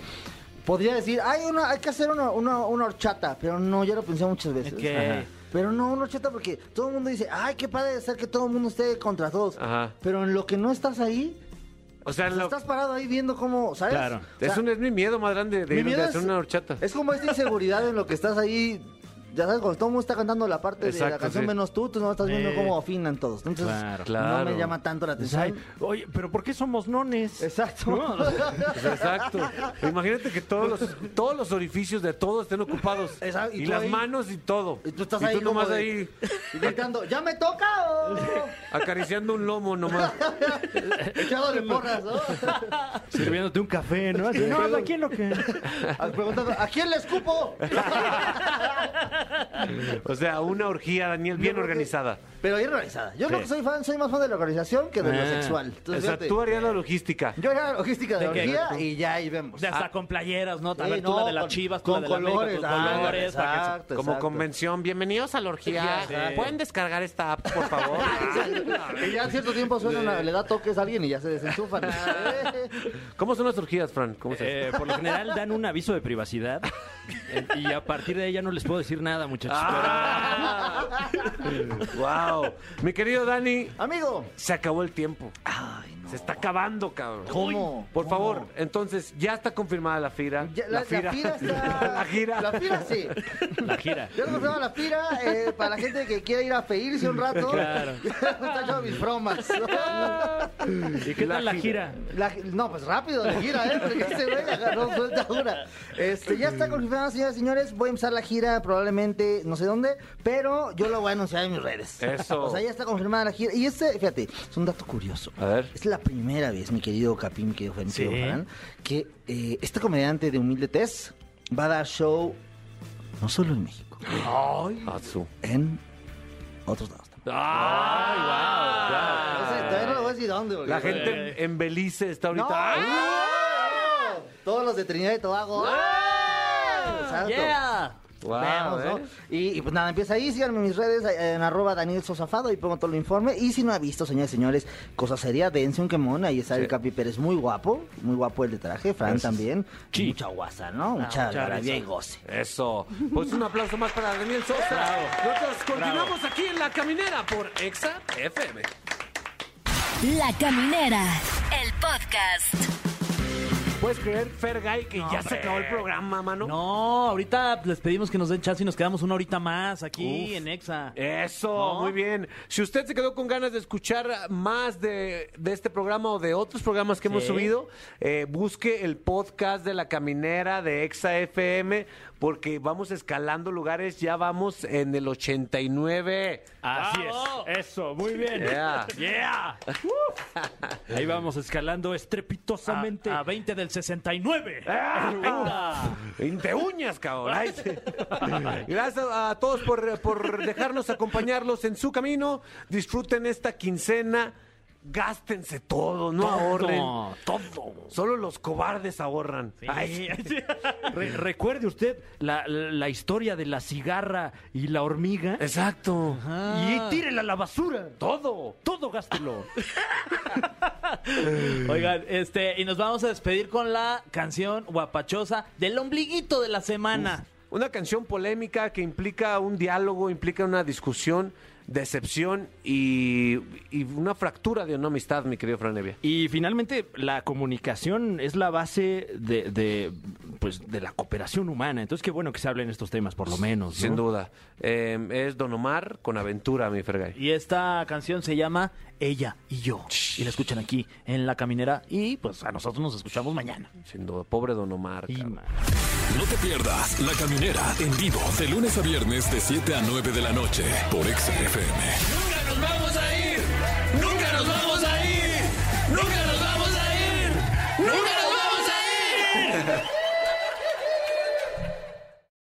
Speaker 3: Podría decir, hay, una, hay que hacer una, una, una horchata, pero no, ya lo pensé muchas veces.
Speaker 6: Ok.
Speaker 3: Ajá. Pero no, una horchata porque todo el mundo dice, ay, qué padre ser que todo el mundo esté contra todos.
Speaker 2: Ajá.
Speaker 3: Pero en lo que no estás ahí,
Speaker 2: O sea,
Speaker 3: pues
Speaker 2: lo-
Speaker 3: estás parado ahí viendo cómo, ¿sabes?
Speaker 2: claro.
Speaker 3: O sea,
Speaker 2: es, un- es mi miedo más grande de,
Speaker 3: Mi
Speaker 2: de
Speaker 3: miedo
Speaker 2: hacer
Speaker 3: es-
Speaker 2: una horchata.
Speaker 3: [LAUGHS] es como esta inseguridad en lo que estás ahí. Ya sabes, cuando todo el mundo está cantando la parte de la
Speaker 2: Exacto,
Speaker 3: canción
Speaker 2: sí.
Speaker 3: menos tú, tú no estás viendo
Speaker 4: Eh.
Speaker 3: cómo afinan todos. Entonces,
Speaker 4: Claro.
Speaker 3: no
Speaker 4: Claro.
Speaker 3: me llama tanto la
Speaker 4: Ay,
Speaker 3: atención.
Speaker 4: oye, pero ¿por qué somos nones?
Speaker 3: Exacto.
Speaker 4: No, o sea,
Speaker 2: Pues exacto. Imagínate que todos
Speaker 3: [LAUGHS]
Speaker 2: los, todos los orificios de todos estén ocupados.
Speaker 3: Exacto, y
Speaker 2: Y,
Speaker 3: tú
Speaker 2: las
Speaker 3: ahí-
Speaker 2: manos y todo.
Speaker 3: Y tú estás
Speaker 2: y
Speaker 3: ahí
Speaker 2: tú nomás
Speaker 3: como de-
Speaker 2: ahí
Speaker 3: [LAUGHS] Y gritando, ¿ya me toca oh".
Speaker 4: [LAUGHS]
Speaker 3: o...?
Speaker 2: acariciando un lomo nomás.
Speaker 3: Echándole porras, ¿no?
Speaker 4: Sirviéndote un café, ¿no? Así,
Speaker 3: Sí. [LAUGHS]
Speaker 4: no, ¿a quién lo que?
Speaker 3: Ah, Preguntando, ¿a quién le escupo?
Speaker 2: O sea, una orgía, Daniel, bien organizada.
Speaker 3: Pero bien organizada. Yo
Speaker 2: Sí.
Speaker 3: creo que soy fan, soy más fan de la organización que de lo
Speaker 2: Ah.
Speaker 3: sexual.
Speaker 2: o
Speaker 3: Entonces,
Speaker 2: sea,
Speaker 3: fíjate,
Speaker 2: tú harías la logística.
Speaker 3: Yo era logística de,
Speaker 6: ¿De qué?
Speaker 3: orgía y ya ahí vemos.
Speaker 6: De hasta con playeras, ¿no? A
Speaker 3: Ah. Sí,
Speaker 6: ver, tú
Speaker 3: no,
Speaker 6: la de las
Speaker 3: con-
Speaker 6: chivas, tú la
Speaker 3: con
Speaker 6: de la América,
Speaker 3: colores,
Speaker 6: tus
Speaker 3: ah,
Speaker 6: colores. para que se-
Speaker 3: exacto,
Speaker 2: Como
Speaker 3: exacto. [LAUGHS]
Speaker 2: convención, bienvenidos a la orgía.
Speaker 3: Sí, ya, sí.
Speaker 2: ¿Pueden descargar esta app, por
Speaker 3: [LAUGHS]
Speaker 2: favor?
Speaker 3: Y ya a cierto tiempo suena, le da toques a alguien y ya se desenchufan.
Speaker 6: [LAUGHS]
Speaker 3: Eh,
Speaker 2: ¿Cómo son las orgías, Fran? ¿Cómo se hace?
Speaker 4: Eh, por lo general dan un aviso de privacidad eh, y a partir de ahí ya no les puedo decir nada, muchachos.
Speaker 3: Eh,
Speaker 2: [LAUGHS] ¡Wow! Mi querido Dani,
Speaker 3: Amigo.
Speaker 2: se acabó el tiempo.
Speaker 3: Ay, no.
Speaker 2: Se está acabando, cabrón.
Speaker 3: ¿Cómo?
Speaker 2: Por
Speaker 3: ¿Cómo?
Speaker 2: favor, entonces, ya está confirmada la fira.
Speaker 3: Ya, la, la fira.
Speaker 2: [LAUGHS]
Speaker 6: [LAUGHS]
Speaker 3: está...
Speaker 2: la gira.
Speaker 3: La fira sí.
Speaker 4: pero la gira.
Speaker 3: Ya nos vemos la fira eh, para la gente que quiera ir a feírse
Speaker 6: [LAUGHS]
Speaker 3: un rato. [LAUGHS]
Speaker 4: Claro.
Speaker 3: Está echando mis bromas.
Speaker 4: ¿Y qué tal la gira?
Speaker 3: La- no, pues rápido de gira, ¿eh? Porque este güey agarró suelta una. Este, ya está confirmada, señoras y señores. Voy a empezar la gira probablemente no sé dónde, pero yo lo voy a anunciar en mis redes.
Speaker 2: Eso.
Speaker 3: O sea, ya está confirmada la gira. Y este, fíjate, es un dato curioso.
Speaker 2: A ver.
Speaker 3: Es la primera vez, mi querido Capín, mi querido Juan, mi
Speaker 6: Sí.
Speaker 3: querido Fran, que eh, este comediante de Humilde Test va a dar show no solo en México,
Speaker 2: Azu.
Speaker 3: en otros lados. también.
Speaker 2: ¡Ay, wow!
Speaker 3: O sea, todavía no le voy a decir dónde. porque-
Speaker 2: Ah. La gente en- en Belice está ahorita.
Speaker 3: ¡No!
Speaker 2: ¡Ah!
Speaker 3: ¡Ah! Todos los de Trinidad y Tobago. ¡Ah! Exacto.
Speaker 6: Yeah.
Speaker 2: Wow,
Speaker 3: Vemos, ¿no?
Speaker 2: ¿eh?
Speaker 3: y, y pues nada, empieza ahí, síganme en mis redes eh, en arroba Daniel Sosafado y pongo todo el informe. Y si no ha visto, señores, señores, cosa seria, dense un quemón. Ahí está el Capi Pérez, muy guapo, muy guapo el de traje, Fran también. Mucha guasa, ¿no? Mucha garabía y goce.
Speaker 2: Eso. Pues un aplauso más para Daniel Sosa. Nosotros continuamos aquí en La Caminera por Exa FM.
Speaker 5: La Caminera, el podcast.
Speaker 2: ¿Puedes creer, Fergay, que ya se acabó el programa, mano?
Speaker 6: No, ahorita les pedimos que nos den chance y nos quedamos una horita más aquí
Speaker 2: Uf.
Speaker 6: en Exa.
Speaker 2: Eso,
Speaker 6: ¿No?
Speaker 2: muy bien. Si usted se quedó con ganas de escuchar más de, de este programa o de otros programas que hemos
Speaker 6: Sí.
Speaker 2: subido, eh, busque el podcast de La Caminera de Exa FM porque vamos escalando lugares, ya vamos en el 89.
Speaker 4: Así
Speaker 6: ¡Bravo!
Speaker 4: es. Eso, muy bien.
Speaker 2: Yeah.
Speaker 4: Yeah. Ahí vamos escalando estrepitosamente.
Speaker 6: A, a 20 del 69.
Speaker 2: Y te uñas, cabrón. Ay, sí. Gracias a todos por, por dejarnos acompañarlos en su camino. Disfruten esta quincena. Gástense todo, no ahorren.
Speaker 4: todo.
Speaker 2: Solo los cobardes ahorran. Ay,
Speaker 6: Sí.
Speaker 4: [LAUGHS] Re- recuerde usted la, la historia de la cigarra y la hormiga.
Speaker 2: Exacto.
Speaker 4: Y tírela a la basura. Todo. Todo gástelo.
Speaker 6: Oigan, este, y nos vamos a despedir con la canción guapachosa del ombliguito de la semana.
Speaker 2: Una canción polémica que implica un diálogo, implica una discusión, decepción y, y una fractura de una amistad, mi querido Franevia.
Speaker 4: Y finalmente, la comunicación es la base de, de, pues, de la cooperación humana. Entonces, qué bueno que se hablen estos temas, por lo menos. ¿no?
Speaker 2: Sin duda. Eh, es Don Omar con aventura, mi Fergay.
Speaker 6: Y esta canción se llama Ella y yo. Y la escuchan aquí en La Caminera. Y pues a nosotros nos escuchamos mañana.
Speaker 2: Sin duda. Pobre Don Omar.
Speaker 4: Y-
Speaker 2: cabrón.
Speaker 1: No te pierdas La Caminera en vivo de lunes a viernes de 7 a 9 de la noche por Exa FM.